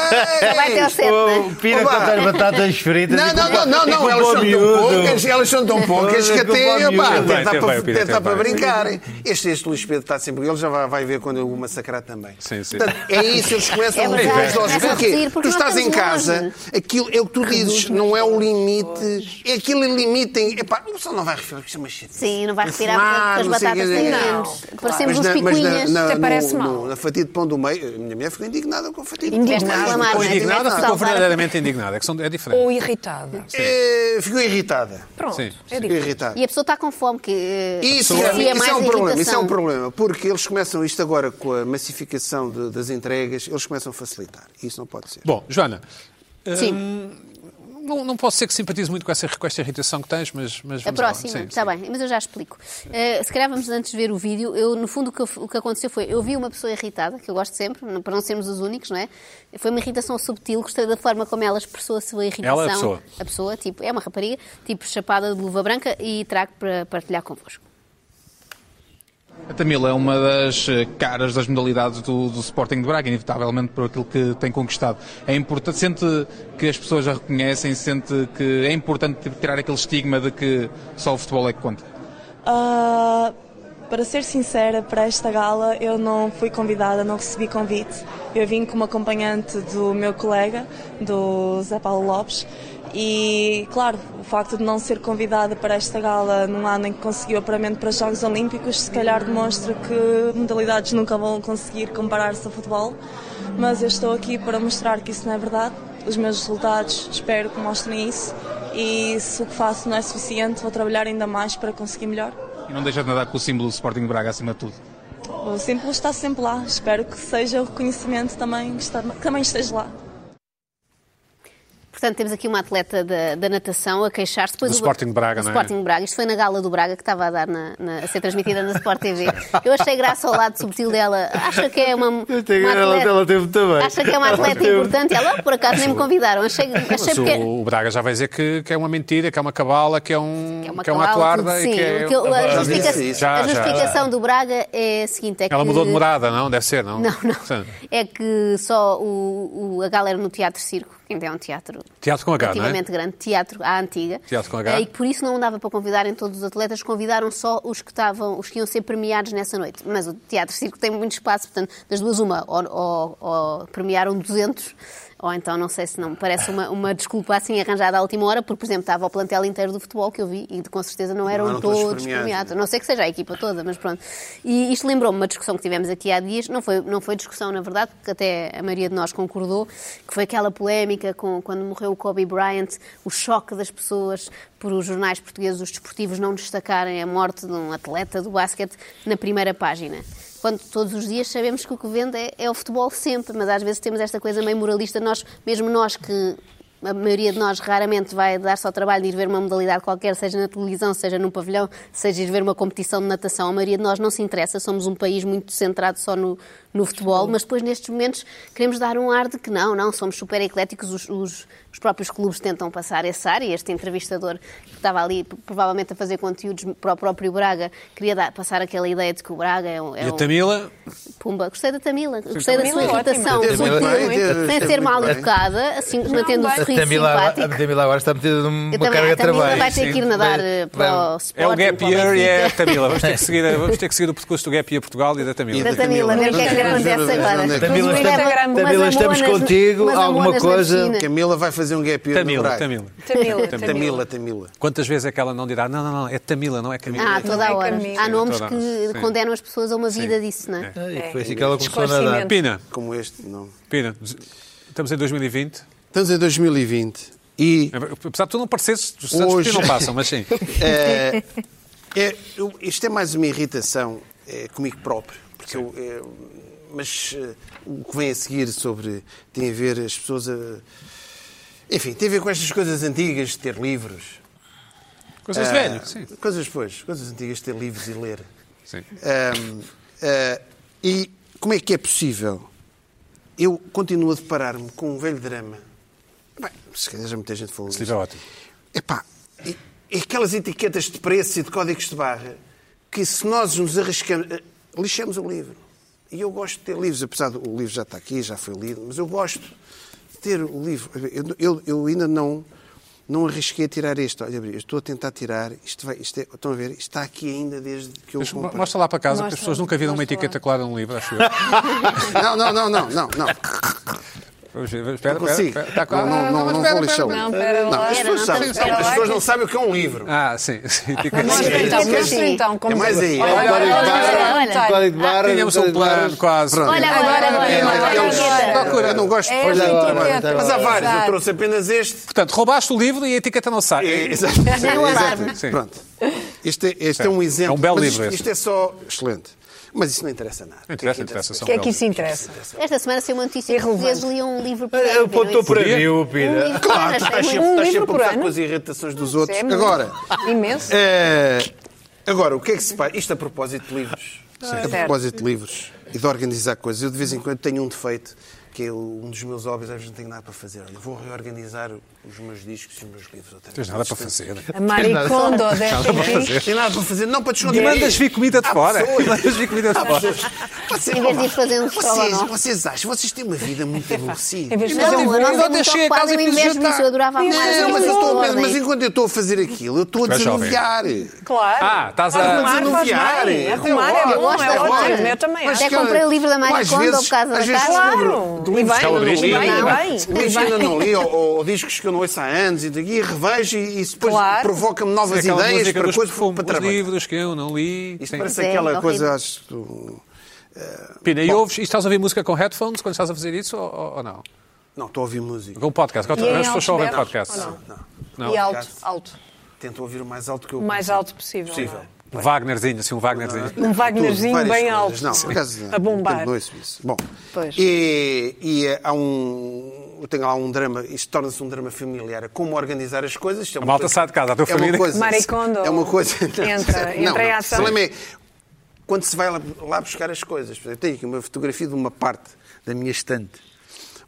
[SPEAKER 4] Vai até ao sete, não é?
[SPEAKER 6] O Pina
[SPEAKER 3] Oba!
[SPEAKER 6] contar batatas fritas.
[SPEAKER 3] Não,
[SPEAKER 6] e
[SPEAKER 3] não, não,
[SPEAKER 6] culpa-
[SPEAKER 3] não,
[SPEAKER 6] e
[SPEAKER 3] não,
[SPEAKER 6] culpa
[SPEAKER 3] elas
[SPEAKER 6] é o
[SPEAKER 3] são tão
[SPEAKER 6] miúdo.
[SPEAKER 3] poucas, elas são tão poucas que
[SPEAKER 6] Culpa o
[SPEAKER 3] até,
[SPEAKER 6] miúdo.
[SPEAKER 3] pá,
[SPEAKER 6] Tem
[SPEAKER 3] até
[SPEAKER 1] bem,
[SPEAKER 3] dá
[SPEAKER 1] tem
[SPEAKER 3] para,
[SPEAKER 1] bem, Pina,
[SPEAKER 3] até
[SPEAKER 1] tem
[SPEAKER 3] dá para
[SPEAKER 1] bem.
[SPEAKER 3] brincar. Este, este Luís Pedro está sempre, ele já vai, vai ver quando eu o massacrar também.
[SPEAKER 1] Sim, sim.
[SPEAKER 3] Portanto, é É isso, eles começam
[SPEAKER 4] É
[SPEAKER 3] a
[SPEAKER 4] verdade,
[SPEAKER 3] reduzir os lógicos.
[SPEAKER 4] começam a
[SPEAKER 3] Porquê?
[SPEAKER 4] reduzir, porque
[SPEAKER 3] Tu
[SPEAKER 4] nós
[SPEAKER 3] estás em
[SPEAKER 4] estamos
[SPEAKER 3] casa,
[SPEAKER 4] longe.
[SPEAKER 3] aquilo é o que tu dizes, não é o limite. É aquele limite em. Epá, o pessoal não vai refilar, porque isso é uma chatice.
[SPEAKER 4] Sim, não vai retirar
[SPEAKER 3] Fumar,
[SPEAKER 4] porque as
[SPEAKER 3] não sei o
[SPEAKER 4] batatas
[SPEAKER 3] quê.
[SPEAKER 4] têm
[SPEAKER 3] Não,
[SPEAKER 4] menos.
[SPEAKER 2] claro.
[SPEAKER 3] Mas
[SPEAKER 4] Parecemos uns
[SPEAKER 3] na- mas na-
[SPEAKER 4] picuinhas.
[SPEAKER 3] na-
[SPEAKER 2] Até
[SPEAKER 3] no-
[SPEAKER 2] parece mal.
[SPEAKER 3] no- Na fatia de pão do meio, a minha mulher ficou indignada com a fatia de pão do meio.
[SPEAKER 2] Tiveste a reclamar,
[SPEAKER 4] né?
[SPEAKER 1] Ficou
[SPEAKER 2] não é?
[SPEAKER 1] indignada,
[SPEAKER 4] Tiveste
[SPEAKER 1] ficou
[SPEAKER 4] que salvar.
[SPEAKER 1] verdadeiramente indignada. É, que são, é diferente.
[SPEAKER 2] Ou irritada.
[SPEAKER 3] Eh, Ficou irritada.
[SPEAKER 2] Pronto,
[SPEAKER 1] Sim,
[SPEAKER 2] é
[SPEAKER 1] sim.
[SPEAKER 3] Ficou
[SPEAKER 2] diferente.
[SPEAKER 3] irritada.
[SPEAKER 4] E a pessoa está com fome, que eh,
[SPEAKER 3] Isso,
[SPEAKER 4] se
[SPEAKER 3] é,
[SPEAKER 4] é
[SPEAKER 3] isso
[SPEAKER 4] mais
[SPEAKER 3] é um problema, isso é
[SPEAKER 4] irritação.
[SPEAKER 3] um problema, porque eles começam, isto agora com a massificação de- das entregas, eles começam a facilitar. Isso não pode ser.
[SPEAKER 1] Bom, Joana, hum,
[SPEAKER 4] Sim,
[SPEAKER 1] não, não posso ser que simpatize muito com, essa, com esta irritação que tens, mas, mas vamos
[SPEAKER 4] a
[SPEAKER 1] embora.
[SPEAKER 4] próxima.
[SPEAKER 1] Sim,
[SPEAKER 4] Está
[SPEAKER 1] sim.
[SPEAKER 4] bem, mas eu já explico. Eh, se calhar vamos antes ver o vídeo. Eu, no fundo, o que, eu f- o que aconteceu foi, eu vi uma pessoa irritada, que eu gosto sempre, não- para não sermos os únicos, não é? Foi uma irritação subtil, gostei da forma como ela expressou a sua irritação.
[SPEAKER 1] Ela é a pessoa.
[SPEAKER 4] A pessoa, tipo, é uma rapariga, tipo chapada de luva branca e trago para partilhar convosco.
[SPEAKER 7] A Tamila é uma das eh, caras das modalidades do, do Sporting de Braga, inevitavelmente por aquilo que tem conquistado. É importante, sente que as pessoas a reconhecem, sente que é importante tirar aquele estigma de que só o futebol é que conta.
[SPEAKER 8] Ah, para ser sincera, para esta gala eu não fui convidada, não recebi convite. Eu vim como acompanhante do meu colega, do Zé Paulo Lopes, e claro, o facto de não ser convidada para esta gala num ano em que conseguiu apuramento para Jogos Olímpicos, se calhar demonstra que modalidades nunca vão conseguir comparar-se ao futebol, mas eu estou aqui para mostrar que isso não é verdade. Os meus resultados espero que mostrem isso e se o que faço não é suficiente, vou trabalhar ainda mais para conseguir melhor.
[SPEAKER 7] E não deixa de nadar com o símbolo do Sporting de Braga acima de tudo.
[SPEAKER 8] O símbolo está sempre lá. Espero que seja o reconhecimento também, que está- que também esteja lá.
[SPEAKER 4] Portanto, temos aqui uma atleta da, da natação a queixar-se. Depois
[SPEAKER 1] Do
[SPEAKER 4] o-
[SPEAKER 1] Sporting de Braga,
[SPEAKER 4] do
[SPEAKER 1] não é?
[SPEAKER 4] Sporting de Braga. Isto foi na gala do Braga que estava a, dar na- na- a ser transmitida na Sport TV. Eu achei graça ao lado subtil dela. Acha que é uma, uma
[SPEAKER 6] ela-
[SPEAKER 4] atleta...
[SPEAKER 6] ela teve também.
[SPEAKER 4] Acha que é uma atleta importante. Ela, "Oh, por acaso, nem me convidaram. Achei, achei
[SPEAKER 1] Mas
[SPEAKER 4] porque...
[SPEAKER 1] o, o Braga já vai dizer que, que é uma mentira, que é uma cabala, que é um,
[SPEAKER 4] É uma
[SPEAKER 1] que é uma
[SPEAKER 4] cabala,
[SPEAKER 1] atuarda
[SPEAKER 4] tudo,
[SPEAKER 1] e
[SPEAKER 4] sim.
[SPEAKER 1] que é...
[SPEAKER 4] Porque eu- a, justifica-
[SPEAKER 3] disse isso.
[SPEAKER 1] Já,
[SPEAKER 4] a
[SPEAKER 1] já, já.
[SPEAKER 4] justificação do Braga é a seguinte: é
[SPEAKER 1] Ela
[SPEAKER 4] que-
[SPEAKER 1] mudou de morada, não? Deve ser, não?
[SPEAKER 4] Não, não.
[SPEAKER 1] Sim.
[SPEAKER 4] É que só o, o- a galera no Teatro Circo, que ainda é um teatro
[SPEAKER 1] Teatro com H, não é?
[SPEAKER 4] relativamente grande, teatro à antiga.
[SPEAKER 1] Teatro com H.
[SPEAKER 4] eh, E que por isso não dava para convidarem todos os atletas, convidaram só os que estavam, os que iam ser premiados nessa noite. Mas o Teatro Circo tem muito espaço, portanto, das duas uma, ou, ou- ou premiaram 200, ou então não sei se não, me parece uma, uma desculpa assim arranjada à última hora, porque, por exemplo, estava o plantel inteiro do futebol que eu vi e com certeza não eram
[SPEAKER 3] eram todos
[SPEAKER 4] todos,
[SPEAKER 3] premiados,
[SPEAKER 4] premiados.
[SPEAKER 3] não é?
[SPEAKER 4] Não sei que seja a equipa toda, mas pronto. E isto lembrou-me uma discussão que tivemos aqui há dias, não foi, não foi discussão, na verdade, porque até a maioria de nós concordou, que foi aquela polémica com quando morreu o Kobe Bryant, o choque das pessoas por os jornais portugueses, os desportivos, não destacarem a morte de um atleta do basquete na primeira página. Quando todos os dias sabemos que o que vende é, é o futebol sempre, mas às vezes temos esta coisa meio moralista, nós, mesmo nós que a maioria de nós raramente vai dar-se ao trabalho de ir ver uma modalidade qualquer, seja na televisão, seja num pavilhão, seja ir ver uma competição de natação. A maioria de nós não se interessa, somos um país muito centrado só no, no futebol, mas depois nestes momentos queremos dar um ar de que não, não, somos super ecléticos, os, os- os próprios clubes tentam passar esse ar e este entrevistador que estava ali p- provavelmente a fazer conteúdos para o próprio Braga queria dar- passar aquela ideia de que o Braga é um... é
[SPEAKER 1] E a
[SPEAKER 4] um-
[SPEAKER 1] Tamila,
[SPEAKER 4] Pumba, gostei da Tamila, gostei da sua
[SPEAKER 2] Tamila é ótima.
[SPEAKER 4] irritação,
[SPEAKER 3] Teve muito
[SPEAKER 4] sutil,
[SPEAKER 3] bem, teve-
[SPEAKER 4] sem
[SPEAKER 3] teve
[SPEAKER 4] ser
[SPEAKER 3] muito
[SPEAKER 4] mal
[SPEAKER 3] bem.
[SPEAKER 4] educada, assim, mantendo o
[SPEAKER 2] bem.
[SPEAKER 4] sorriso
[SPEAKER 6] A Tamila, agora- a
[SPEAKER 4] simpático.
[SPEAKER 6] Tamila agora está metida numa
[SPEAKER 4] Eu também,
[SPEAKER 6] carga
[SPEAKER 4] a
[SPEAKER 6] de trabalho.
[SPEAKER 4] Tamila vai ter que ir
[SPEAKER 6] Sim,
[SPEAKER 4] nadar
[SPEAKER 6] vai-
[SPEAKER 4] eh,
[SPEAKER 6] vai-
[SPEAKER 4] para o Sporting.
[SPEAKER 1] é o Gap
[SPEAKER 4] para o
[SPEAKER 1] Year e é a
[SPEAKER 4] Benfica.
[SPEAKER 1] Tamila. Vamos ter que seguir, a- vamos ter que seguir o percurso do Gap Year Portugal e da Tamila.
[SPEAKER 4] Da Tamila, ver o que é que lhe
[SPEAKER 3] Vamos ver,
[SPEAKER 4] acontece
[SPEAKER 3] vamos ver
[SPEAKER 4] agora.
[SPEAKER 3] onde é que-
[SPEAKER 6] Tamila,
[SPEAKER 4] Mas
[SPEAKER 6] estamos-
[SPEAKER 4] leva- mas
[SPEAKER 6] Tamila,
[SPEAKER 4] amonas
[SPEAKER 6] estamos
[SPEAKER 4] na-
[SPEAKER 6] contigo,
[SPEAKER 4] mas
[SPEAKER 6] alguma
[SPEAKER 4] amonas na
[SPEAKER 6] coisa?
[SPEAKER 4] piscina.
[SPEAKER 3] Camila vai fazer um gap year no
[SPEAKER 1] Tamila,
[SPEAKER 3] Braga.
[SPEAKER 1] Tamila.
[SPEAKER 2] Tamila,
[SPEAKER 3] Tamila, Tamila.
[SPEAKER 1] Quantas vezes é que ela não dirá, não, não, não, é Tamila, não é Camila.
[SPEAKER 4] Ah, toda a
[SPEAKER 2] Não é
[SPEAKER 4] hora.
[SPEAKER 2] Camila.
[SPEAKER 4] Há nomes
[SPEAKER 1] Toda a
[SPEAKER 4] que
[SPEAKER 1] hora, sim.
[SPEAKER 4] condenam as pessoas a uma vida disso, não é?
[SPEAKER 6] Ah, e Foi assim que ela começou a nadar.
[SPEAKER 2] Esclarecimento.
[SPEAKER 1] Pina,
[SPEAKER 3] Como este, não.
[SPEAKER 1] Pina, estamos em 2020.
[SPEAKER 3] Estamos em 2020 e
[SPEAKER 1] Apesar de tu não pareceres, os Santos
[SPEAKER 3] Hoje-
[SPEAKER 1] Hoje... não passam, mas sim.
[SPEAKER 3] É, é, eu- isto é mais uma irritação é, comigo próprio, porque eu, é, mas é, o que vem a seguir sobre tem a ver as pessoas a, enfim, tem a ver com estas coisas antigas de ter livros.
[SPEAKER 1] Coisas de
[SPEAKER 3] Ah,
[SPEAKER 1] velho, sim.
[SPEAKER 3] Coisas, pois, coisas antigas de ter livros e ler.
[SPEAKER 1] sim.
[SPEAKER 3] Ahm, ah, e como é que é possível? Eu continuo a deparar-me com um velho drama. Bem, se calhar já muita gente falou
[SPEAKER 1] Esse
[SPEAKER 3] disto.
[SPEAKER 1] livro é ótimo.
[SPEAKER 3] Epá, e- e aquelas etiquetas de preço e de códigos de barra que se nós nos arriscamos, eh, lixamos o livro. E eu gosto de ter livros, apesar do o livro já está aqui, já foi lido, mas eu gosto de ter o livro. Eu, eu- eu ainda não não arrisquei a tirar este. Olha, eu estou a tentar tirar, isto vai, isto é, estão a ver, isto está aqui ainda desde que eu
[SPEAKER 1] Mas mo-
[SPEAKER 3] comprei.
[SPEAKER 1] Mostra lá para casa, porque
[SPEAKER 2] Mostra,
[SPEAKER 1] as pessoas nunca viram uma
[SPEAKER 2] mostra lá.
[SPEAKER 1] etiqueta colada num livro, acho eu.
[SPEAKER 3] Não, não, não, não, não, não.
[SPEAKER 1] Vamos ver, espera,
[SPEAKER 3] Não consigo.
[SPEAKER 1] espera, espera. Tá-
[SPEAKER 3] Não, não,
[SPEAKER 1] Ah, mas
[SPEAKER 3] não, não
[SPEAKER 1] espera,
[SPEAKER 3] vou
[SPEAKER 1] espera.
[SPEAKER 3] lixá-lo.
[SPEAKER 2] Não, pera
[SPEAKER 3] Não,
[SPEAKER 2] lá.
[SPEAKER 3] as pessoas
[SPEAKER 4] Era,
[SPEAKER 3] sabem,
[SPEAKER 4] não,
[SPEAKER 2] espera
[SPEAKER 3] as
[SPEAKER 2] lá.
[SPEAKER 3] pessoas não sabem o que é um livro.
[SPEAKER 1] Ah, sim. sim.
[SPEAKER 2] Mostra então,
[SPEAKER 3] Esquece.
[SPEAKER 2] mostra então. Como
[SPEAKER 3] É mais
[SPEAKER 2] se-
[SPEAKER 3] aí, é o
[SPEAKER 2] Olha, olha,
[SPEAKER 3] código
[SPEAKER 2] olha,
[SPEAKER 3] de barra.
[SPEAKER 2] olha, olha.
[SPEAKER 6] Código de barra,
[SPEAKER 1] Tínhamos um
[SPEAKER 6] código de barra.
[SPEAKER 1] plano quase.
[SPEAKER 4] Olha agora, agora,
[SPEAKER 2] É,
[SPEAKER 4] agora,
[SPEAKER 2] é,
[SPEAKER 4] agora.
[SPEAKER 2] é,
[SPEAKER 4] agora.
[SPEAKER 3] um Procura, não gosto.
[SPEAKER 2] É
[SPEAKER 6] Olha agora,
[SPEAKER 2] etiqueta,
[SPEAKER 6] agora.
[SPEAKER 3] Mas há vários, eu
[SPEAKER 2] exato.
[SPEAKER 3] trouxe apenas este.
[SPEAKER 1] Portanto, roubaste o livro e a etiqueta não sai.
[SPEAKER 3] É, Exato.
[SPEAKER 2] um
[SPEAKER 3] Exato.
[SPEAKER 1] Sim.
[SPEAKER 3] Pronto. Este, é- este é um exemplo.
[SPEAKER 1] É um belo
[SPEAKER 3] Mas
[SPEAKER 1] livro
[SPEAKER 3] Isto,
[SPEAKER 1] esse.
[SPEAKER 3] isto é só excelente. Mas isso não interessa nada.
[SPEAKER 1] Não
[SPEAKER 3] O que é
[SPEAKER 1] interessa,
[SPEAKER 3] que
[SPEAKER 1] interessa. são
[SPEAKER 2] O que é que
[SPEAKER 1] belos.
[SPEAKER 2] isso interessa?
[SPEAKER 4] Esta semana saiu uma notícia que os
[SPEAKER 2] Irrelevante.
[SPEAKER 4] portugueses liam um livro por ano.
[SPEAKER 6] Eu apontou para
[SPEAKER 1] Podia?
[SPEAKER 6] mim, o
[SPEAKER 4] Um
[SPEAKER 6] Pira.
[SPEAKER 4] livro por ano,
[SPEAKER 3] Claro, tu
[SPEAKER 4] achei
[SPEAKER 3] estás
[SPEAKER 4] muito-
[SPEAKER 3] sempre,
[SPEAKER 2] Um
[SPEAKER 3] estás
[SPEAKER 2] livro
[SPEAKER 3] sempre a
[SPEAKER 2] por
[SPEAKER 3] preocupar
[SPEAKER 2] ano?
[SPEAKER 3] com as irritações dos outros.
[SPEAKER 2] Isso é muito.
[SPEAKER 3] Agora,
[SPEAKER 2] Imenso.
[SPEAKER 3] eh, agora, o que é que se faz? Isto a propósito de livros. A
[SPEAKER 2] Ah, Certo.
[SPEAKER 3] propósito de livros e de organizar coisas. Eu de vez em quando tenho um defeito, que é o- um dos meus hobbies, às vezes não tenho nada para fazer. Olha, vou reorganizar os meus discos e os meus livros. outra
[SPEAKER 1] Tens
[SPEAKER 3] vez.
[SPEAKER 1] nada para fazer.
[SPEAKER 3] É.
[SPEAKER 2] A Maricondo deve
[SPEAKER 3] Não tenho nada para fazer, não para
[SPEAKER 1] E
[SPEAKER 3] descontar.
[SPEAKER 1] mandas vir comida de
[SPEAKER 3] é. Há
[SPEAKER 1] fora.
[SPEAKER 3] pessoas-
[SPEAKER 1] E mandas vir comida de fora.
[SPEAKER 3] Vocês,
[SPEAKER 4] Em vez de ir fazer um
[SPEAKER 3] vocês,
[SPEAKER 4] estrogonofe.
[SPEAKER 3] vocês acham, vocês têm uma vida muito aborrecida.
[SPEAKER 2] Em vez de
[SPEAKER 4] Não,
[SPEAKER 2] fazer um
[SPEAKER 4] eu
[SPEAKER 2] bolo,
[SPEAKER 4] andava
[SPEAKER 1] ontem
[SPEAKER 4] muito
[SPEAKER 1] cheguei a casa
[SPEAKER 4] ocupada
[SPEAKER 1] e
[SPEAKER 4] e
[SPEAKER 1] fiz
[SPEAKER 4] mesmo
[SPEAKER 1] jantar.
[SPEAKER 4] isso, eu adorava arrumar
[SPEAKER 3] Não,
[SPEAKER 4] as
[SPEAKER 3] mas,
[SPEAKER 4] coisas
[SPEAKER 3] eu
[SPEAKER 4] em
[SPEAKER 3] estou, mas,
[SPEAKER 4] ordem.
[SPEAKER 3] mas enquanto eu estou a fazer aquilo, eu estou a
[SPEAKER 1] Tu és jovem.
[SPEAKER 3] desanuviar.
[SPEAKER 2] um Claro.
[SPEAKER 1] Ah, estás a-
[SPEAKER 2] Arrumar faz
[SPEAKER 3] desanuviar.
[SPEAKER 2] bem. Arrumar
[SPEAKER 3] Até
[SPEAKER 2] é
[SPEAKER 4] Eu
[SPEAKER 2] bom,
[SPEAKER 4] gosto
[SPEAKER 2] é
[SPEAKER 4] de arrumar.
[SPEAKER 2] ótimo. Eu também
[SPEAKER 3] Mas
[SPEAKER 2] acho.
[SPEAKER 4] Até
[SPEAKER 3] que-
[SPEAKER 4] comprei o livro da Marie
[SPEAKER 3] às
[SPEAKER 4] Kondo
[SPEAKER 3] vezes-
[SPEAKER 4] por causa da
[SPEAKER 3] às vezes
[SPEAKER 4] casa.
[SPEAKER 2] Claro.
[SPEAKER 3] descubro
[SPEAKER 2] E bem,
[SPEAKER 3] livros que
[SPEAKER 2] e
[SPEAKER 3] eu não
[SPEAKER 1] é?
[SPEAKER 2] bem,
[SPEAKER 3] li,
[SPEAKER 2] e bem.
[SPEAKER 3] livros que ainda não li, ou, ou discos que eu não ouço há anos, e daqui revejo e isso depois
[SPEAKER 2] Claro.
[SPEAKER 3] provoca-me novas
[SPEAKER 1] É Aquela
[SPEAKER 3] ideias
[SPEAKER 1] música
[SPEAKER 3] para
[SPEAKER 1] dos
[SPEAKER 3] coisas
[SPEAKER 1] perfumes,
[SPEAKER 3] para
[SPEAKER 1] os
[SPEAKER 3] trabalhar.
[SPEAKER 1] livros que eu não li.
[SPEAKER 3] Isto
[SPEAKER 1] Sim.
[SPEAKER 3] parece
[SPEAKER 4] Sim,
[SPEAKER 2] é,
[SPEAKER 3] aquela
[SPEAKER 4] horrível.
[SPEAKER 3] coisa, acho do-
[SPEAKER 1] Pina, e ouves, e estás a ouvir música com headphones quando estás a fazer isso ou, ou- ou não?
[SPEAKER 3] Não, estou a ouvir música.
[SPEAKER 1] Com um podcast, com
[SPEAKER 2] E em
[SPEAKER 1] outras pessoas só ouvem
[SPEAKER 2] alto deve?
[SPEAKER 1] podcast.
[SPEAKER 2] Ou
[SPEAKER 3] Não.
[SPEAKER 1] Não.
[SPEAKER 2] E alto, alto.
[SPEAKER 3] Tento ouvir o mais alto que eu
[SPEAKER 2] O mais
[SPEAKER 3] consigo.
[SPEAKER 2] alto possível,
[SPEAKER 3] Possível.
[SPEAKER 2] não
[SPEAKER 1] Um
[SPEAKER 2] é?
[SPEAKER 1] Wagnerzinho, assim, um Wagnerzinho.
[SPEAKER 2] Um Wagnerzinho
[SPEAKER 3] Tudo, várias
[SPEAKER 2] bem alto.
[SPEAKER 3] coisas. Não, por acaso,
[SPEAKER 2] A bombar.
[SPEAKER 3] não ouço isso. Bom,
[SPEAKER 2] Pois.
[SPEAKER 3] e, e, eh, há um. Eu tenho lá um drama, isto torna-se um drama familiar. é Como organizar as coisas. isto é uma
[SPEAKER 1] malta
[SPEAKER 3] coisa-
[SPEAKER 1] sai de casa, a tua
[SPEAKER 3] é uma
[SPEAKER 1] família-
[SPEAKER 3] coisa-
[SPEAKER 2] Maricondo.
[SPEAKER 3] É uma coisa.
[SPEAKER 2] Entra,
[SPEAKER 3] não,
[SPEAKER 2] entra em
[SPEAKER 3] não.
[SPEAKER 2] ação.
[SPEAKER 3] O problema é quando se vai lá, lá buscar as coisas. Por exemplo, Eu tenho aqui uma fotografia de uma parte da minha estante.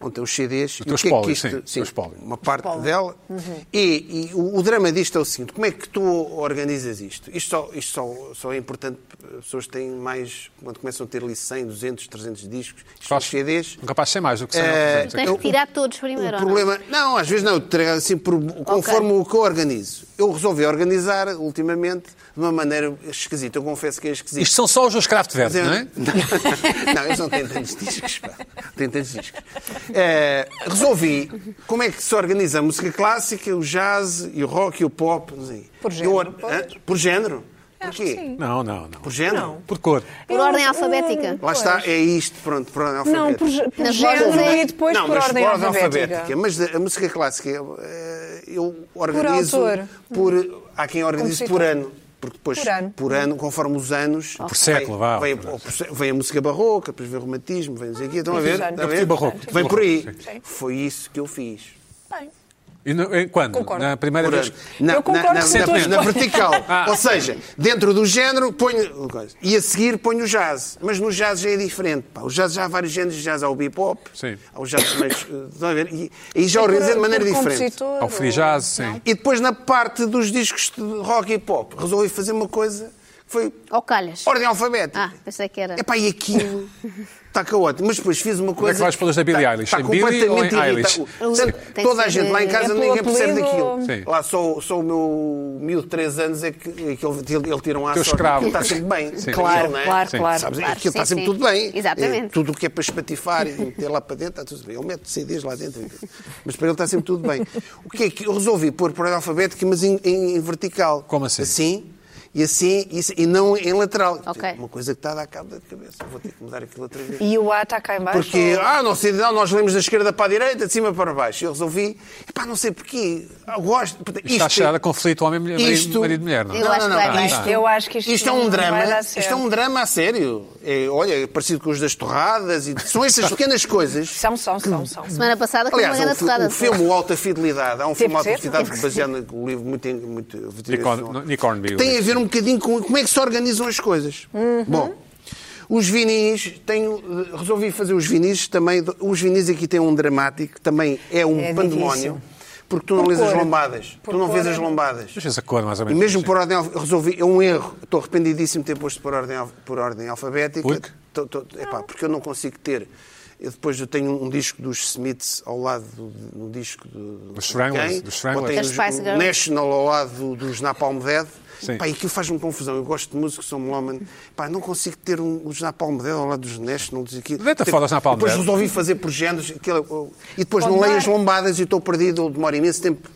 [SPEAKER 3] Onde tem os CDs. e
[SPEAKER 1] teu
[SPEAKER 3] o que
[SPEAKER 1] espólio,
[SPEAKER 3] é que isto,
[SPEAKER 1] sim, o teu espólio.
[SPEAKER 3] uma parte dela.
[SPEAKER 4] Uhum.
[SPEAKER 3] E, e o, o drama disto é o seguinte: como é que tu organizas isto? Isto só, isto só, só é importante, eh, pessoas têm mais, quando começam a ter ali 100, 200, 300 discos, isto são os CDs.
[SPEAKER 1] Um capaz de ser mais do que ser.
[SPEAKER 3] eh,
[SPEAKER 4] Tens
[SPEAKER 3] eu-
[SPEAKER 4] que tirar todos primeiro,
[SPEAKER 3] o
[SPEAKER 4] ou não?
[SPEAKER 3] problema, não, às vezes não, eu trago assim por- conforme o que eu organizo. Eu resolvi organizar ultimamente de uma maneira esquisita, eu confesso que é esquisito.
[SPEAKER 1] Isto são só os dos Kraftwerk,
[SPEAKER 3] Mas eu-
[SPEAKER 1] não é?
[SPEAKER 3] um- Não, não, eles não têm tantos discos. Pá. Têm tantos discos. Eh, resolvi como é que se organiza a música clássica, o jazz, e o rock e o pop. Não sei.
[SPEAKER 2] Por género,
[SPEAKER 3] Eu or-
[SPEAKER 2] pois.
[SPEAKER 3] Hã? Por género? Por
[SPEAKER 2] Acho
[SPEAKER 3] quê?
[SPEAKER 2] que sim.
[SPEAKER 1] Não, não, não.
[SPEAKER 3] Por género?
[SPEAKER 1] Por cor.
[SPEAKER 4] Por ordem alfabética.
[SPEAKER 3] Lá está, é isto, pronto, por ordem alfabética.
[SPEAKER 2] Não, por, por
[SPEAKER 4] Nas
[SPEAKER 2] género
[SPEAKER 4] vozes é-
[SPEAKER 2] e depois
[SPEAKER 3] Não,
[SPEAKER 2] por
[SPEAKER 3] mas
[SPEAKER 2] ordem
[SPEAKER 3] por ordem
[SPEAKER 2] alfabética.
[SPEAKER 3] Mas a a música clássica, eh, eu organizo
[SPEAKER 2] autor.
[SPEAKER 3] por... Há quem organize
[SPEAKER 2] Compositor.
[SPEAKER 3] por ano. Porque depois,
[SPEAKER 2] Por ano.
[SPEAKER 3] ano, conforme os anos...
[SPEAKER 1] Por século, vá.
[SPEAKER 3] Vem, ou por sé- vem a música barroca, depois vem o romantismo, vem não sei o quê. Estão a ver?
[SPEAKER 2] anos.
[SPEAKER 3] Está a
[SPEAKER 1] Eu
[SPEAKER 3] ver?
[SPEAKER 1] prefiro É tipo barroco.
[SPEAKER 3] Vem por aí.
[SPEAKER 1] Sim.
[SPEAKER 2] Sim.
[SPEAKER 3] Foi isso que eu fiz.
[SPEAKER 1] E no- e quando?
[SPEAKER 2] Concordo.
[SPEAKER 1] Na primeira
[SPEAKER 3] Por
[SPEAKER 1] vez.
[SPEAKER 3] ano. Na,
[SPEAKER 2] Eu concordo
[SPEAKER 3] na, na,
[SPEAKER 2] com a tua
[SPEAKER 3] na-
[SPEAKER 2] escolha.
[SPEAKER 3] na vertical.
[SPEAKER 1] Ah.
[SPEAKER 3] Ou seja, dentro do género, ponho. coisa. E a seguir ponho o jazz. Mas no jazz já é diferente. Pá. O jazz já há vários géneros. Jazz há o bebop,
[SPEAKER 1] Sim.
[SPEAKER 3] há o jazz mais. eh, Estão a ver? E, e
[SPEAKER 2] É
[SPEAKER 3] já organizei de maneira diferente.
[SPEAKER 1] Ao free jazz, sim.
[SPEAKER 3] E depois, na parte dos discos de rock e pop, resolvi fazer uma coisa que foi
[SPEAKER 4] Ou calhas.
[SPEAKER 3] ordem alfabética.
[SPEAKER 4] Ah, pensei que era.
[SPEAKER 3] Epá, e aquilo está caótico. Mas depois fiz uma coisa.
[SPEAKER 1] é que vais pô-las da Billie
[SPEAKER 3] Tá-
[SPEAKER 1] Eilish?
[SPEAKER 3] tá
[SPEAKER 1] Em Billie ou em
[SPEAKER 3] completamente
[SPEAKER 1] Eilish?
[SPEAKER 3] irritado. Portanto,
[SPEAKER 4] Tem que
[SPEAKER 3] toda a
[SPEAKER 4] ser,
[SPEAKER 3] gente lá em
[SPEAKER 4] é
[SPEAKER 3] casa
[SPEAKER 2] pelo
[SPEAKER 3] ninguém percebe
[SPEAKER 2] apelido.
[SPEAKER 3] daquilo.
[SPEAKER 1] Sim.
[SPEAKER 3] Lá só, só o meu miúdo de 3 anos é que, é que ele, ele tira um aço.
[SPEAKER 1] Teu escravo.
[SPEAKER 3] Está sempre bem.
[SPEAKER 1] Sim.
[SPEAKER 2] Claro,
[SPEAKER 3] não é?
[SPEAKER 2] claro,
[SPEAKER 1] Sim.
[SPEAKER 2] claro.
[SPEAKER 3] Sabes,
[SPEAKER 4] Claro,
[SPEAKER 3] aquilo está
[SPEAKER 4] sim,
[SPEAKER 3] sempre
[SPEAKER 4] sim.
[SPEAKER 3] tudo bem.
[SPEAKER 4] Exatamente.
[SPEAKER 3] É, tudo o que é para espatifar e meter lá para dentro, está tudo bem. Ele mete CDs lá dentro. Mas para ele está sempre tudo bem. O que é que eu resolvi pôr por ordem alfabética, mas em, em- em vertical.
[SPEAKER 1] Como assim?
[SPEAKER 3] Assim. E assim, e, assim, e não em lateral.
[SPEAKER 4] Ok.
[SPEAKER 3] Uma coisa que está a dar cabo da cabeça. Vou ter que mudar aquilo outra vez.
[SPEAKER 2] E o A está cá em baixo.
[SPEAKER 3] Porque, ah, não sei, não, nós lemos da esquerda para a direita, de cima para baixo. Eu resolvi, pá, não sei porquê, ah, gosto. portanto,
[SPEAKER 1] Isto está
[SPEAKER 3] isto-
[SPEAKER 1] cheio a conflito homem-mulher,
[SPEAKER 3] isto-
[SPEAKER 1] marido-mulher, não é?
[SPEAKER 4] Eu acho que vai
[SPEAKER 3] isto-
[SPEAKER 4] baixo.
[SPEAKER 2] Eu acho que isto,
[SPEAKER 3] Isto é
[SPEAKER 2] não
[SPEAKER 3] um
[SPEAKER 2] vai
[SPEAKER 3] drama,
[SPEAKER 2] dar
[SPEAKER 3] isto
[SPEAKER 2] certo.
[SPEAKER 3] é um drama a sério. É, olha, é parecido com os das torradas, e são essas pequenas coisas.
[SPEAKER 2] São, são,
[SPEAKER 3] Hum.
[SPEAKER 2] são, são.
[SPEAKER 4] Semana passada foi uma
[SPEAKER 2] é
[SPEAKER 3] Aliás, há um,
[SPEAKER 4] grande
[SPEAKER 3] fi- um
[SPEAKER 4] torrada.
[SPEAKER 3] filme, o Alta Fidelidade, há um filme
[SPEAKER 2] que
[SPEAKER 3] Alta
[SPEAKER 2] ser.
[SPEAKER 3] Fidelidade que baseado no livro muito. em- muito
[SPEAKER 1] Nick Horn-
[SPEAKER 3] muito-
[SPEAKER 1] Nick Hornby, o
[SPEAKER 3] Tem a
[SPEAKER 1] livro.
[SPEAKER 3] ver um bocadinho com como é que se organizam as coisas.
[SPEAKER 2] Uhum.
[SPEAKER 3] Bom, os vinis, tenho, eh, resolvi fazer os vinis também. do- Os vinis aqui têm um dramático, também é um
[SPEAKER 2] É
[SPEAKER 3] pandemónio,
[SPEAKER 2] difícil.
[SPEAKER 3] porque tu não
[SPEAKER 2] Por
[SPEAKER 3] lês as
[SPEAKER 2] cor.
[SPEAKER 3] lombadas.
[SPEAKER 2] Por
[SPEAKER 3] tu não vês
[SPEAKER 2] cor é-
[SPEAKER 3] as lombadas.
[SPEAKER 1] Deixa essa cor, mais ou
[SPEAKER 3] E
[SPEAKER 1] menos.
[SPEAKER 3] mesmo
[SPEAKER 1] Sim.
[SPEAKER 3] por ordem alfabética, resolvi, é um erro. Estou arrependidíssimo de ter posto por ordem, alf- por ordem alfabética.
[SPEAKER 1] Por quê?
[SPEAKER 3] Tô- tô- epá, porque eu não consigo ter. Eu depois eu tenho um disco dos Smiths ao lado do, do disco do,
[SPEAKER 1] Dos Stranglers,
[SPEAKER 3] Quem?
[SPEAKER 1] dos Stranglers.
[SPEAKER 3] Ou
[SPEAKER 4] Das
[SPEAKER 3] tenho
[SPEAKER 4] Spice
[SPEAKER 3] o
[SPEAKER 4] Girls.
[SPEAKER 3] National ao lado do- dos Napalm Dead.
[SPEAKER 1] Sim.
[SPEAKER 3] Pá, e aquilo faz-me confusão. Eu gosto de música, sou melómano. Pá, não consigo ter um, os Napalm Dead ao lado dos National.
[SPEAKER 1] Deita fora tá os Napalm
[SPEAKER 3] Tipo, Depois
[SPEAKER 1] Dead.
[SPEAKER 3] os ouvi fazer por géneros. aquilo- eu- e depois não
[SPEAKER 2] Lombar.
[SPEAKER 3] leio as lombadas e estou perdido. Eu demoro imenso tempo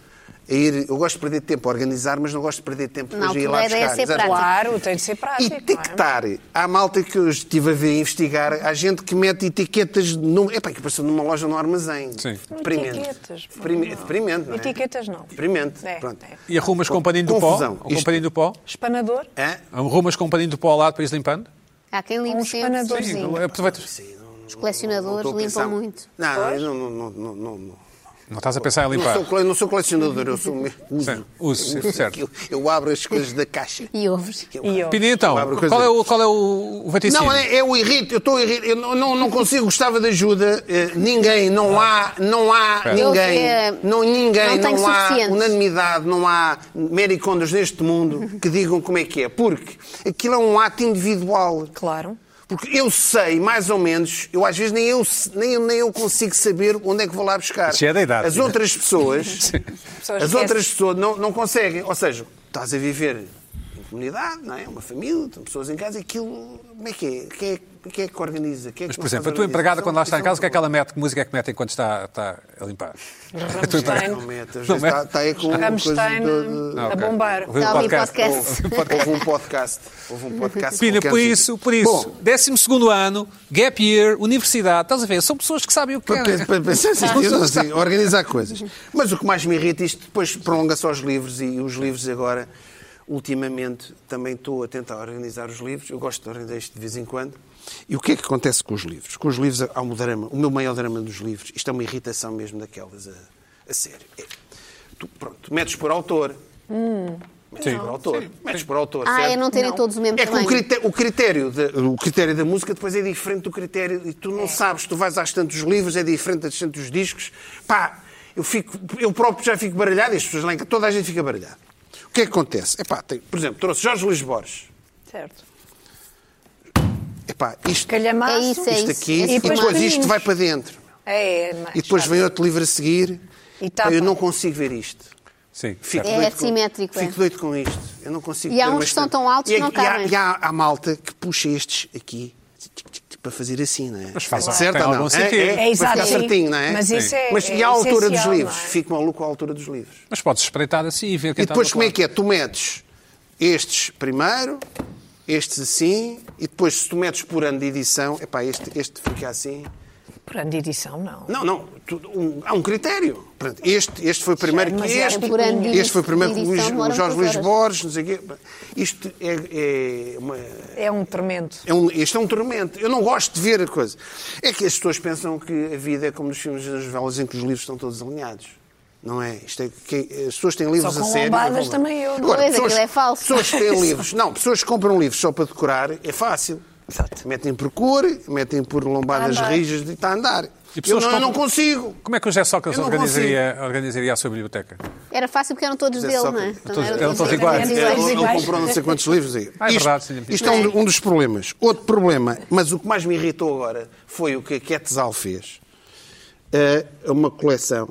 [SPEAKER 3] a ir. Eu gosto de perder tempo a organizar, mas não gosto de perder tempo
[SPEAKER 4] Não,
[SPEAKER 3] depois de ir
[SPEAKER 4] a
[SPEAKER 3] lá
[SPEAKER 4] ideia é
[SPEAKER 3] buscar.
[SPEAKER 4] ser
[SPEAKER 3] Exato.
[SPEAKER 4] prático.
[SPEAKER 2] Claro, tem de ser prático.
[SPEAKER 3] E
[SPEAKER 2] não
[SPEAKER 3] tá-
[SPEAKER 2] é?
[SPEAKER 3] etiquetar. Há malta que eu estive a ver, a investigar, há gente que mete etiquetas num. Epá, que passou numa loja no armazém.
[SPEAKER 1] Sim.
[SPEAKER 3] Deprimente.
[SPEAKER 2] Etiquetas, pô,
[SPEAKER 3] Deprime-
[SPEAKER 2] não.
[SPEAKER 3] Deprimente, não é?
[SPEAKER 2] Etiquetas não.
[SPEAKER 3] Deprimente.
[SPEAKER 2] É,
[SPEAKER 3] Pronto.
[SPEAKER 2] é.
[SPEAKER 1] E arrumas com um paninho do pó?
[SPEAKER 3] Confusão.
[SPEAKER 1] Ou Com um paninho do pó?
[SPEAKER 2] Espanador?
[SPEAKER 3] Hã?
[SPEAKER 1] Arrumas com um paninho do pó ao lado para ir limpando?
[SPEAKER 4] Há quem limpa
[SPEAKER 2] Um
[SPEAKER 4] sempre,
[SPEAKER 2] espanador.
[SPEAKER 4] sim.
[SPEAKER 2] Sim.
[SPEAKER 1] Aproveitas.
[SPEAKER 4] Os
[SPEAKER 3] Não
[SPEAKER 4] colecionadores
[SPEAKER 3] estou a
[SPEAKER 4] limpam
[SPEAKER 3] pensar-
[SPEAKER 4] muito.
[SPEAKER 3] Não, eu não, não, não, não, não.
[SPEAKER 1] Não estás a pensar em
[SPEAKER 3] Não
[SPEAKER 1] limpar.
[SPEAKER 3] sou, cole- não sou colecionador, eu sou me- uso.
[SPEAKER 1] Sim, uso,
[SPEAKER 3] Eu
[SPEAKER 1] certo.
[SPEAKER 3] aquilo. Eu, abro as coisas da caixa.
[SPEAKER 4] E ovos.
[SPEAKER 3] Eu-
[SPEAKER 2] E eu?
[SPEAKER 1] Pini, então,
[SPEAKER 3] Eu abro coisa-
[SPEAKER 1] qual é o, qual é o o vaticínio?
[SPEAKER 3] Não, é, é o irrito, eu estou irrito, eu não, não, não consigo, gostava de ajuda, eh, ninguém, não
[SPEAKER 1] Ah.
[SPEAKER 3] há, não há
[SPEAKER 1] É.
[SPEAKER 4] Eu,
[SPEAKER 3] ninguém,
[SPEAKER 4] eh,
[SPEAKER 3] não, ninguém,
[SPEAKER 4] não tenho
[SPEAKER 3] não, há
[SPEAKER 4] suficientes.
[SPEAKER 3] unanimidade, não há mericondas neste mundo que digam como é que é, porque aquilo é um ato individual.
[SPEAKER 2] Claro.
[SPEAKER 3] Porque eu sei, mais ou menos, eu às vezes nem eu, se- nem, eu- nem eu consigo saber onde é que vou lá buscar.
[SPEAKER 1] Isso é da idade.
[SPEAKER 3] As outras pessoas,
[SPEAKER 2] Pessoas
[SPEAKER 3] as
[SPEAKER 2] esquecem.
[SPEAKER 3] outras pessoas não, não conseguem. Ou seja, estás a viver em comunidade, não é? Uma família, tem pessoas em casa, aquilo, como é que é? Quem é, quem é que organiza? Quem é que
[SPEAKER 1] Mas, por
[SPEAKER 3] não
[SPEAKER 1] exemplo, a
[SPEAKER 3] faz
[SPEAKER 1] tua empregada,
[SPEAKER 3] organização?
[SPEAKER 1] quando lá está em
[SPEAKER 3] Isso é um
[SPEAKER 1] casa, o que é que ela mete? Que música é que mete enquanto está, está a limpar? A tua
[SPEAKER 2] Rammstein.
[SPEAKER 1] empregada.
[SPEAKER 3] Não mete, às
[SPEAKER 1] Não
[SPEAKER 3] vezes
[SPEAKER 1] mete.
[SPEAKER 3] está, está aí com uma coisa
[SPEAKER 2] Rammstein
[SPEAKER 3] do- do-
[SPEAKER 1] Ah,
[SPEAKER 2] a
[SPEAKER 1] ok.
[SPEAKER 2] bombar.
[SPEAKER 1] Ouvi
[SPEAKER 4] Está a ouvir podcast.
[SPEAKER 3] Houve um podcast. Houve um podcast.
[SPEAKER 1] Pina,
[SPEAKER 3] qualquer
[SPEAKER 1] por
[SPEAKER 3] sítio.
[SPEAKER 1] isso, por isso.
[SPEAKER 3] Bom,
[SPEAKER 1] Décimo segundo ano, gap year, universidade, estás a ver? São pessoas que sabem o que
[SPEAKER 3] Para,
[SPEAKER 1] querem.
[SPEAKER 3] para, para pensar assim, assim, organizar coisas. Mas o que mais me irrita, isto depois prolonga-se aos livros e os livros agora, ultimamente, também estou a tentar organizar os livros. Eu gosto de organizar isto de vez em quando. E o que é que acontece com os livros? Com os livros há um drama, o meu maior drama dos livros, isto é uma irritação mesmo daquelas, a, a sério. É, tu, pronto, tu metes por autor. Metes por autor. Metes por autor.
[SPEAKER 4] Hum. Ah,
[SPEAKER 3] tá certo?
[SPEAKER 4] é não terem todos o mesmo
[SPEAKER 3] É que o
[SPEAKER 4] tamanho.
[SPEAKER 3] critério, o, critério da, o critério da música depois é diferente do critério. E tu não sabes, tu vais às tantos livros, é diferente das tantos discos. Pá, eu, fico, eu próprio já fico baralhado e as pessoas lá em casa, toda a gente fica baralhada. O que é que acontece? Epá, tem, por exemplo, trouxe Jorge Luís Borges.
[SPEAKER 2] Certo.
[SPEAKER 3] Epá, isto,
[SPEAKER 2] Calhamaço.
[SPEAKER 4] É isso, é
[SPEAKER 3] isto
[SPEAKER 4] isso.
[SPEAKER 3] aqui,
[SPEAKER 4] é
[SPEAKER 3] e
[SPEAKER 4] isso.
[SPEAKER 2] depois
[SPEAKER 3] depois isto
[SPEAKER 2] pequeninos.
[SPEAKER 3] vai para dentro.
[SPEAKER 2] É, é mais
[SPEAKER 3] E depois
[SPEAKER 2] chato.
[SPEAKER 3] vem outro livro a seguir.
[SPEAKER 2] E
[SPEAKER 3] Pá,
[SPEAKER 2] tapa.
[SPEAKER 3] eu não consigo ver isto.
[SPEAKER 1] Sim,
[SPEAKER 3] Fico
[SPEAKER 1] certo.
[SPEAKER 4] É
[SPEAKER 3] doido com-
[SPEAKER 4] assimétrico, é.
[SPEAKER 3] Fico doido com isto. Eu não consigo.
[SPEAKER 4] E há
[SPEAKER 3] ter
[SPEAKER 4] uns
[SPEAKER 3] uma
[SPEAKER 4] que
[SPEAKER 3] estante.
[SPEAKER 4] são tão altos
[SPEAKER 3] E
[SPEAKER 4] que não
[SPEAKER 3] é- e há-
[SPEAKER 4] cabem.
[SPEAKER 3] E há, há malta que puxa estes aqui tic, tic, tic, tic, para fazer assim, não é? Mas
[SPEAKER 1] faz-
[SPEAKER 3] certo
[SPEAKER 1] tem
[SPEAKER 3] ou não?
[SPEAKER 1] algum
[SPEAKER 3] É,
[SPEAKER 1] sentido.
[SPEAKER 3] é,
[SPEAKER 1] É
[SPEAKER 3] para
[SPEAKER 2] exato,
[SPEAKER 3] ficar
[SPEAKER 2] sim.
[SPEAKER 3] certinho, não é?
[SPEAKER 2] Mas isso é-
[SPEAKER 3] Mas e
[SPEAKER 2] é
[SPEAKER 3] a altura dos
[SPEAKER 2] essencial,
[SPEAKER 3] livros?
[SPEAKER 2] não é?
[SPEAKER 3] Fico maluco com a altura dos livros.
[SPEAKER 1] Mas podes espreitar assim e ver quem
[SPEAKER 3] E
[SPEAKER 1] está
[SPEAKER 3] depois
[SPEAKER 1] do
[SPEAKER 3] como é
[SPEAKER 1] outro
[SPEAKER 3] que é? Tu metes estes primeiro, estes assim, e depois se tu metes por ano de edição, epá, este, este fica assim.
[SPEAKER 2] Por ano de edição, não.
[SPEAKER 3] Não, não, tu- um- há um critério. Pronto, este, este foi primeiro
[SPEAKER 2] Já é
[SPEAKER 3] que
[SPEAKER 2] demasiado
[SPEAKER 3] este,
[SPEAKER 4] por ano de
[SPEAKER 3] este foi primeiro que o
[SPEAKER 4] edição,
[SPEAKER 3] Luís- o
[SPEAKER 4] demoram
[SPEAKER 3] Jorge Luís
[SPEAKER 4] quantas
[SPEAKER 3] Borges, não sei o quê. Isto é, é uma-
[SPEAKER 2] É um tremendo.
[SPEAKER 3] é um, isto é um tormento. Eu não gosto de ver a coisa. É que as pessoas pensam que a vida é como nos filmes e nas novelas em que os livros estão todos alinhados. Não é? Isto é que- as pessoas têm livros
[SPEAKER 2] com
[SPEAKER 3] a sério.
[SPEAKER 2] lombadas
[SPEAKER 3] não é?
[SPEAKER 2] também eu, não
[SPEAKER 3] Agora,
[SPEAKER 4] Pois,
[SPEAKER 3] pessoas,
[SPEAKER 4] aquilo é falso.
[SPEAKER 3] Pessoas que têm livros. Não, pessoas que compram livros só para decorar é fácil.
[SPEAKER 2] Exato.
[SPEAKER 3] Metem por cor, metem por lombadas
[SPEAKER 2] Andar.
[SPEAKER 3] rijas e está a andar. Eu
[SPEAKER 1] pessoas
[SPEAKER 3] não, eu não
[SPEAKER 1] compram-
[SPEAKER 3] consigo.
[SPEAKER 1] lado. Como é que o José Sócrates
[SPEAKER 3] Eu não
[SPEAKER 1] organizaria, organizaria a sua biblioteca?
[SPEAKER 4] Era fácil porque eram todos
[SPEAKER 3] Mas é
[SPEAKER 4] dele,
[SPEAKER 3] só
[SPEAKER 4] não é?
[SPEAKER 3] que-
[SPEAKER 4] Também
[SPEAKER 1] eram todos iguais.
[SPEAKER 3] Ele, ele
[SPEAKER 2] iguais.
[SPEAKER 3] comprou não sei quantos livros aí.
[SPEAKER 1] Ah, é
[SPEAKER 3] isto,
[SPEAKER 1] verdade, sim.
[SPEAKER 3] isto é um, um dos problemas. Outro problema, mas o que mais me irritou agora foi o que a Quetzal fez. É uma coleção.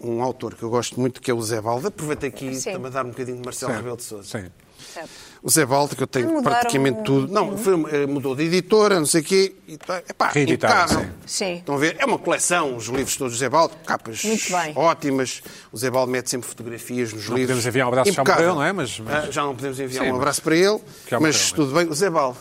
[SPEAKER 3] Um autor que eu gosto muito, que é o Zé Balda. Aproveito aqui
[SPEAKER 2] Sim.
[SPEAKER 3] também dar um bocadinho de Marcelo Rebelo de Sousa.
[SPEAKER 1] Sim.
[SPEAKER 3] O Zé Balda, que eu tenho
[SPEAKER 2] Mudaram
[SPEAKER 3] praticamente
[SPEAKER 2] o-
[SPEAKER 3] tudo. Não, foi, eh, mudou de editora, não sei o quê. E, tá- epá,
[SPEAKER 1] Reeditaram,
[SPEAKER 3] impecável.
[SPEAKER 1] sim.
[SPEAKER 2] Sim.
[SPEAKER 3] Estão a ver? É uma coleção, os livros todos do Zé Baldo, capas
[SPEAKER 2] Muito bem.
[SPEAKER 3] ótimas. O Zé Baldo mete sempre fotografias nos livros.
[SPEAKER 1] podemos enviar um abraço, já
[SPEAKER 3] Impecável.
[SPEAKER 1] morreu, não é? Mas- mas-
[SPEAKER 3] Ah, já não podemos enviar
[SPEAKER 1] Sim,
[SPEAKER 3] um
[SPEAKER 1] mas-
[SPEAKER 3] abraço para ele,
[SPEAKER 1] Já morreu, é?
[SPEAKER 3] mas
[SPEAKER 1] mas-
[SPEAKER 3] tudo bem. O Zé Baldo.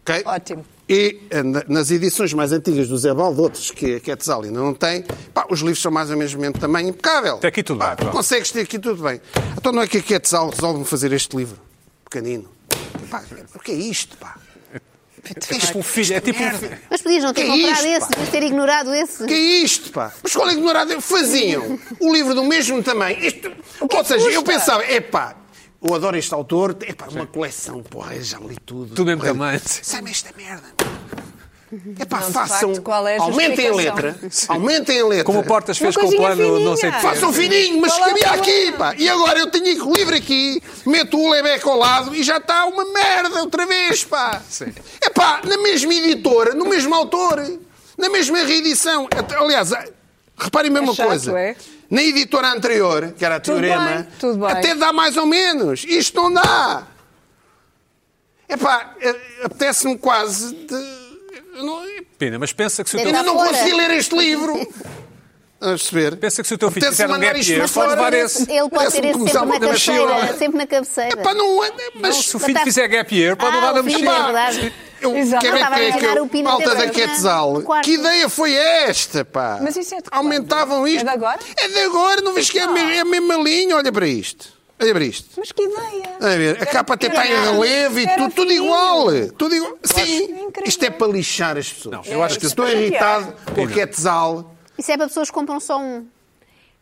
[SPEAKER 3] Ok?
[SPEAKER 2] Ótimo.
[SPEAKER 3] E eh, na- nas edições mais antigas do Zé Baldo, outros que, que a Tesal ainda não tem, pá, os livros são mais ou menos do mesmo tamanho, impecável.
[SPEAKER 1] Até aqui tudo
[SPEAKER 3] Pá,
[SPEAKER 1] bem,
[SPEAKER 3] tu
[SPEAKER 1] pronto.
[SPEAKER 3] Consegues ter aqui tudo bem. Então não é que a Quetzal resolve-me fazer este livro, pequenino. Pá, o que é isto, pá?
[SPEAKER 1] É tipo um filho, é tipo um filho.
[SPEAKER 4] Mas podias não ter
[SPEAKER 3] Que é
[SPEAKER 4] comprado
[SPEAKER 3] isto,
[SPEAKER 4] esse,
[SPEAKER 3] pá?
[SPEAKER 4] podias ter ignorado esse.
[SPEAKER 3] Que é isto, pá? Mas qual é ignorado? Faziam o livro do mesmo tamanho. Isto-
[SPEAKER 1] é
[SPEAKER 3] Ou seja, eu pensava, epá, eu adoro este autor, epá, uma coleção, porra, já li tudo.
[SPEAKER 1] Tudo mesmo
[SPEAKER 3] Porra,
[SPEAKER 1] tamanho.
[SPEAKER 3] Sai-me esta merda. É pá,
[SPEAKER 2] Não, de
[SPEAKER 3] façam.
[SPEAKER 2] facto, qual é a
[SPEAKER 3] aumentem a
[SPEAKER 2] justificação?
[SPEAKER 3] letra. Aumentem a letra.
[SPEAKER 1] Como o Portas fez
[SPEAKER 2] Uma
[SPEAKER 1] com o
[SPEAKER 2] coisinha
[SPEAKER 1] plano, não sei
[SPEAKER 2] fininha.
[SPEAKER 1] quê.
[SPEAKER 3] Façam um fininho, mas
[SPEAKER 2] Qual é o
[SPEAKER 3] cabia
[SPEAKER 2] problema?
[SPEAKER 3] aqui, pá. E agora eu tenho equilíbrio aqui, meto o Lebeco ao lado e já está uma merda outra vez, pá. É pá, na mesma editora, no mesmo autor, na mesma reedição. Até- Aliás, a- reparem mesmo
[SPEAKER 2] É
[SPEAKER 3] uma
[SPEAKER 2] chato,
[SPEAKER 3] coisa.
[SPEAKER 2] é?
[SPEAKER 3] Na editora anterior, que era a
[SPEAKER 2] Tudo
[SPEAKER 3] Teorema,
[SPEAKER 2] bem, tudo bem.
[SPEAKER 3] até dá mais ou menos. Isto não dá. É pá, é- apetece-me quase de... eu não-
[SPEAKER 1] Pena, mas pensa que se o
[SPEAKER 4] Tem
[SPEAKER 3] Eu
[SPEAKER 1] teu,
[SPEAKER 4] Está
[SPEAKER 3] não
[SPEAKER 4] fora.
[SPEAKER 3] consegui ler este livro. A perceber?
[SPEAKER 1] pensa que se o teu filho
[SPEAKER 3] Apetece
[SPEAKER 1] fizer um
[SPEAKER 3] mandar
[SPEAKER 1] gap
[SPEAKER 3] isto
[SPEAKER 1] year,
[SPEAKER 3] para
[SPEAKER 1] pode
[SPEAKER 3] fora.
[SPEAKER 1] levar esse.
[SPEAKER 4] Ele pode
[SPEAKER 3] Parece-me
[SPEAKER 4] ter esse
[SPEAKER 3] começar
[SPEAKER 4] sempre na
[SPEAKER 3] uma
[SPEAKER 4] cabeceira.
[SPEAKER 3] mexila.
[SPEAKER 4] Sempre na cabeceira.
[SPEAKER 3] é? Epá, não anda,
[SPEAKER 1] Não,
[SPEAKER 3] mas
[SPEAKER 1] se o filho fizer gap year, pode
[SPEAKER 4] Ah,
[SPEAKER 1] levar
[SPEAKER 4] o
[SPEAKER 1] a
[SPEAKER 4] filho,
[SPEAKER 1] mexer.
[SPEAKER 4] é verdade.
[SPEAKER 3] eu
[SPEAKER 2] Exato.
[SPEAKER 3] quero
[SPEAKER 4] Não
[SPEAKER 3] é
[SPEAKER 4] estava a
[SPEAKER 3] que é que
[SPEAKER 4] ganhar
[SPEAKER 3] eu-
[SPEAKER 4] o Pino
[SPEAKER 3] malta
[SPEAKER 4] Pedro,
[SPEAKER 3] da
[SPEAKER 4] não é?
[SPEAKER 3] Quetzal.
[SPEAKER 4] Quarto.
[SPEAKER 3] Que ideia foi esta, pá?
[SPEAKER 2] Mas isso é de quando?
[SPEAKER 3] Aumentavam isto.
[SPEAKER 2] É de agora? Então.
[SPEAKER 3] É de agora, não vês que é a me- é a mesma linha? Olha para isto. Olha para isto.
[SPEAKER 2] Mas que ideia!
[SPEAKER 3] Olha A, ver, a capa até está em
[SPEAKER 2] era-
[SPEAKER 3] relevo e
[SPEAKER 2] era
[SPEAKER 3] tudo, tudo
[SPEAKER 2] fininho.
[SPEAKER 3] igual. Tudo igual. Sim,
[SPEAKER 2] incrível. É
[SPEAKER 3] isto é para lixar as pessoas.
[SPEAKER 1] Não, eu acho que-
[SPEAKER 3] estou irritado com o
[SPEAKER 1] Pina.
[SPEAKER 3] Quetzal.
[SPEAKER 4] Isso é para pessoas que compram só um.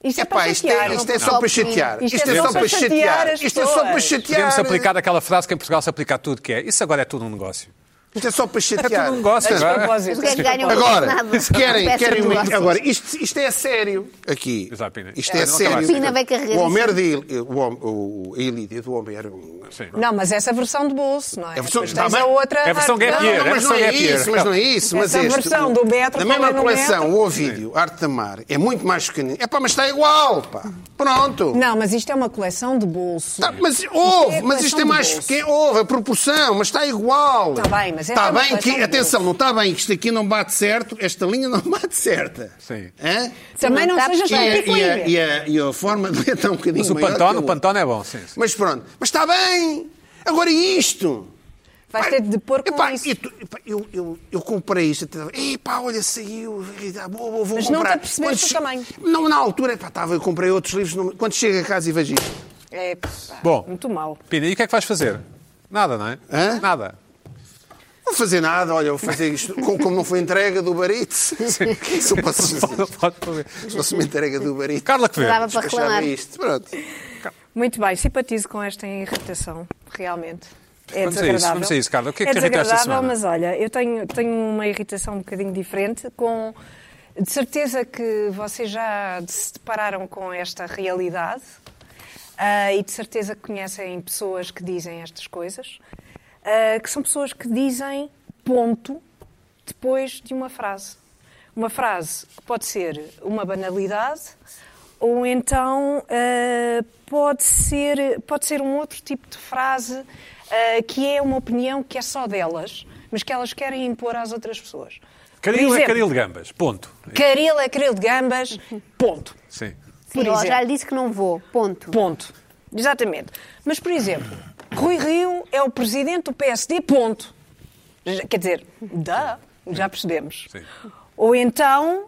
[SPEAKER 2] Isto é,
[SPEAKER 3] É pá,
[SPEAKER 2] para
[SPEAKER 3] isto
[SPEAKER 2] chatear.
[SPEAKER 3] é, isto
[SPEAKER 4] não
[SPEAKER 3] é só
[SPEAKER 4] pode.
[SPEAKER 3] para chatear.
[SPEAKER 2] Isto é só para chatear as
[SPEAKER 3] Isto é só para
[SPEAKER 2] pessoas.
[SPEAKER 3] chatear.
[SPEAKER 1] Podemos aplicar aquela frase que em Portugal se aplica a tudo, que é isso agora é tudo um negócio.
[SPEAKER 3] Isto é só para
[SPEAKER 1] É
[SPEAKER 3] chatear.
[SPEAKER 1] tudo um negócio.
[SPEAKER 3] Ah,
[SPEAKER 2] Mas
[SPEAKER 1] Agora.
[SPEAKER 2] propósito.
[SPEAKER 4] Mas o que é que ganham?
[SPEAKER 3] Agora,
[SPEAKER 4] Nada.
[SPEAKER 3] se querem,
[SPEAKER 4] Peça
[SPEAKER 3] querem
[SPEAKER 4] de
[SPEAKER 3] uma-
[SPEAKER 4] doação.
[SPEAKER 3] agora isto, isto é sério aqui.
[SPEAKER 1] Exato, Pina.
[SPEAKER 3] Isto
[SPEAKER 1] É,
[SPEAKER 3] é
[SPEAKER 1] não acabaste.
[SPEAKER 3] sério.
[SPEAKER 4] Pina vai carregar
[SPEAKER 3] o Homero de o, Hom- o, a Ilíada do um- Homero.
[SPEAKER 1] Sim.
[SPEAKER 2] Não, mas essa versão de bolso, não é?
[SPEAKER 3] É a versão-
[SPEAKER 2] Depois
[SPEAKER 3] está
[SPEAKER 2] tens
[SPEAKER 3] bem.
[SPEAKER 2] a outra.
[SPEAKER 1] É a versão
[SPEAKER 2] Não,
[SPEAKER 1] gap
[SPEAKER 2] não,
[SPEAKER 1] year.
[SPEAKER 2] não,
[SPEAKER 3] Não, mas não é
[SPEAKER 1] Essa versão é
[SPEAKER 3] isso, mas não é isso. Mas
[SPEAKER 2] Essa
[SPEAKER 3] este,
[SPEAKER 2] versão do Beto
[SPEAKER 3] Da mesma
[SPEAKER 2] também não é.
[SPEAKER 3] coleção,
[SPEAKER 2] entra.
[SPEAKER 3] o vídeo, Arte da Mar, é muito mais pequenino. É pá, mas está igual, pá. Pronto.
[SPEAKER 2] Não, mas isto é uma coleção de bolso.
[SPEAKER 3] Tá, mas houve,
[SPEAKER 2] é a
[SPEAKER 3] mas isto é
[SPEAKER 2] coleção
[SPEAKER 3] mais
[SPEAKER 2] do bolso.
[SPEAKER 3] pequeno, houve a proporção, mas está igual.
[SPEAKER 2] Tá bem, mas esta é
[SPEAKER 3] Tá
[SPEAKER 2] uma
[SPEAKER 3] bem
[SPEAKER 2] coleção
[SPEAKER 3] que,
[SPEAKER 2] do
[SPEAKER 3] atenção,
[SPEAKER 2] bolso.
[SPEAKER 3] não está bem que isto aqui não bate certo, esta linha não bate certa.
[SPEAKER 1] Sim.
[SPEAKER 3] Hã?
[SPEAKER 2] Também não
[SPEAKER 4] Tá
[SPEAKER 2] sejas
[SPEAKER 3] E a, e, a,
[SPEAKER 2] tão
[SPEAKER 3] e, a, e a forma de é um bocadinho
[SPEAKER 1] Mas o
[SPEAKER 3] maior que
[SPEAKER 1] Pantone,
[SPEAKER 3] o
[SPEAKER 1] o Pantone é bom, sim. sim.
[SPEAKER 3] Mas pronto, mas está bem. Agora isto.
[SPEAKER 2] Vais ter de pôr com
[SPEAKER 3] Epá,
[SPEAKER 2] isso.
[SPEAKER 3] e tu- epá, eu, eu, eu comprei isto. até- Epá, olha, saiu. ah, Vou, vou, vou
[SPEAKER 2] Mas não te
[SPEAKER 3] comprar.
[SPEAKER 2] apercebeste do
[SPEAKER 3] che-
[SPEAKER 2] tamanho.
[SPEAKER 3] Não, na altura, epá, estava, eu comprei outros livros. não- Quando chego a casa e vejo isto.
[SPEAKER 2] É, pá,
[SPEAKER 1] Bom.
[SPEAKER 2] Muito mal.
[SPEAKER 1] Pina, e o que é que vais fazer? Nada, não é?
[SPEAKER 3] Hã?
[SPEAKER 1] Nada.
[SPEAKER 3] Não vou fazer nada, olha, vou fazer isto. Como, como não foi entrega do Barito. Se eu posso
[SPEAKER 1] Não
[SPEAKER 3] fazer.
[SPEAKER 1] pode fazer.
[SPEAKER 3] Se fosse uma entrega do Barito.
[SPEAKER 1] Carla que vê.
[SPEAKER 4] Dava para reclamar.
[SPEAKER 3] Despachava isto. Pronto.
[SPEAKER 2] Muito bem, simpatizo com esta irritação, realmente.
[SPEAKER 1] Vamos a
[SPEAKER 2] É
[SPEAKER 1] isso,
[SPEAKER 2] desagradável.
[SPEAKER 1] vamos a isso, Carla. O que é que
[SPEAKER 2] é
[SPEAKER 1] te irrita esta
[SPEAKER 2] desagradável,
[SPEAKER 1] semana?
[SPEAKER 2] mas olha, eu tenho, tenho uma irritação um bocadinho diferente com. De certeza que vocês já se depararam com esta realidade ah, e de certeza que conhecem pessoas que dizem estas coisas, ah, que são pessoas que dizem ponto depois de uma frase. Uma frase que pode ser uma banalidade ou então ah, pode, ser, pode ser um outro tipo de frase ah, que é uma opinião que é só delas, mas que elas querem impor às outras pessoas. Por
[SPEAKER 1] Caril é
[SPEAKER 2] exemplo,
[SPEAKER 1] caril de gambas. Ponto.
[SPEAKER 2] Caril é caril de gambas, ponto.
[SPEAKER 1] Sim.
[SPEAKER 2] Por
[SPEAKER 4] Sim, ó,
[SPEAKER 2] exemplo.
[SPEAKER 4] já lhe disse que não vou. Ponto.
[SPEAKER 2] Ponto. Exatamente. Mas, por exemplo, Rui Rio é o presidente do PSD, ponto. Já- Quer dizer, dá, já percebemos.
[SPEAKER 1] Sim.
[SPEAKER 2] Ou então,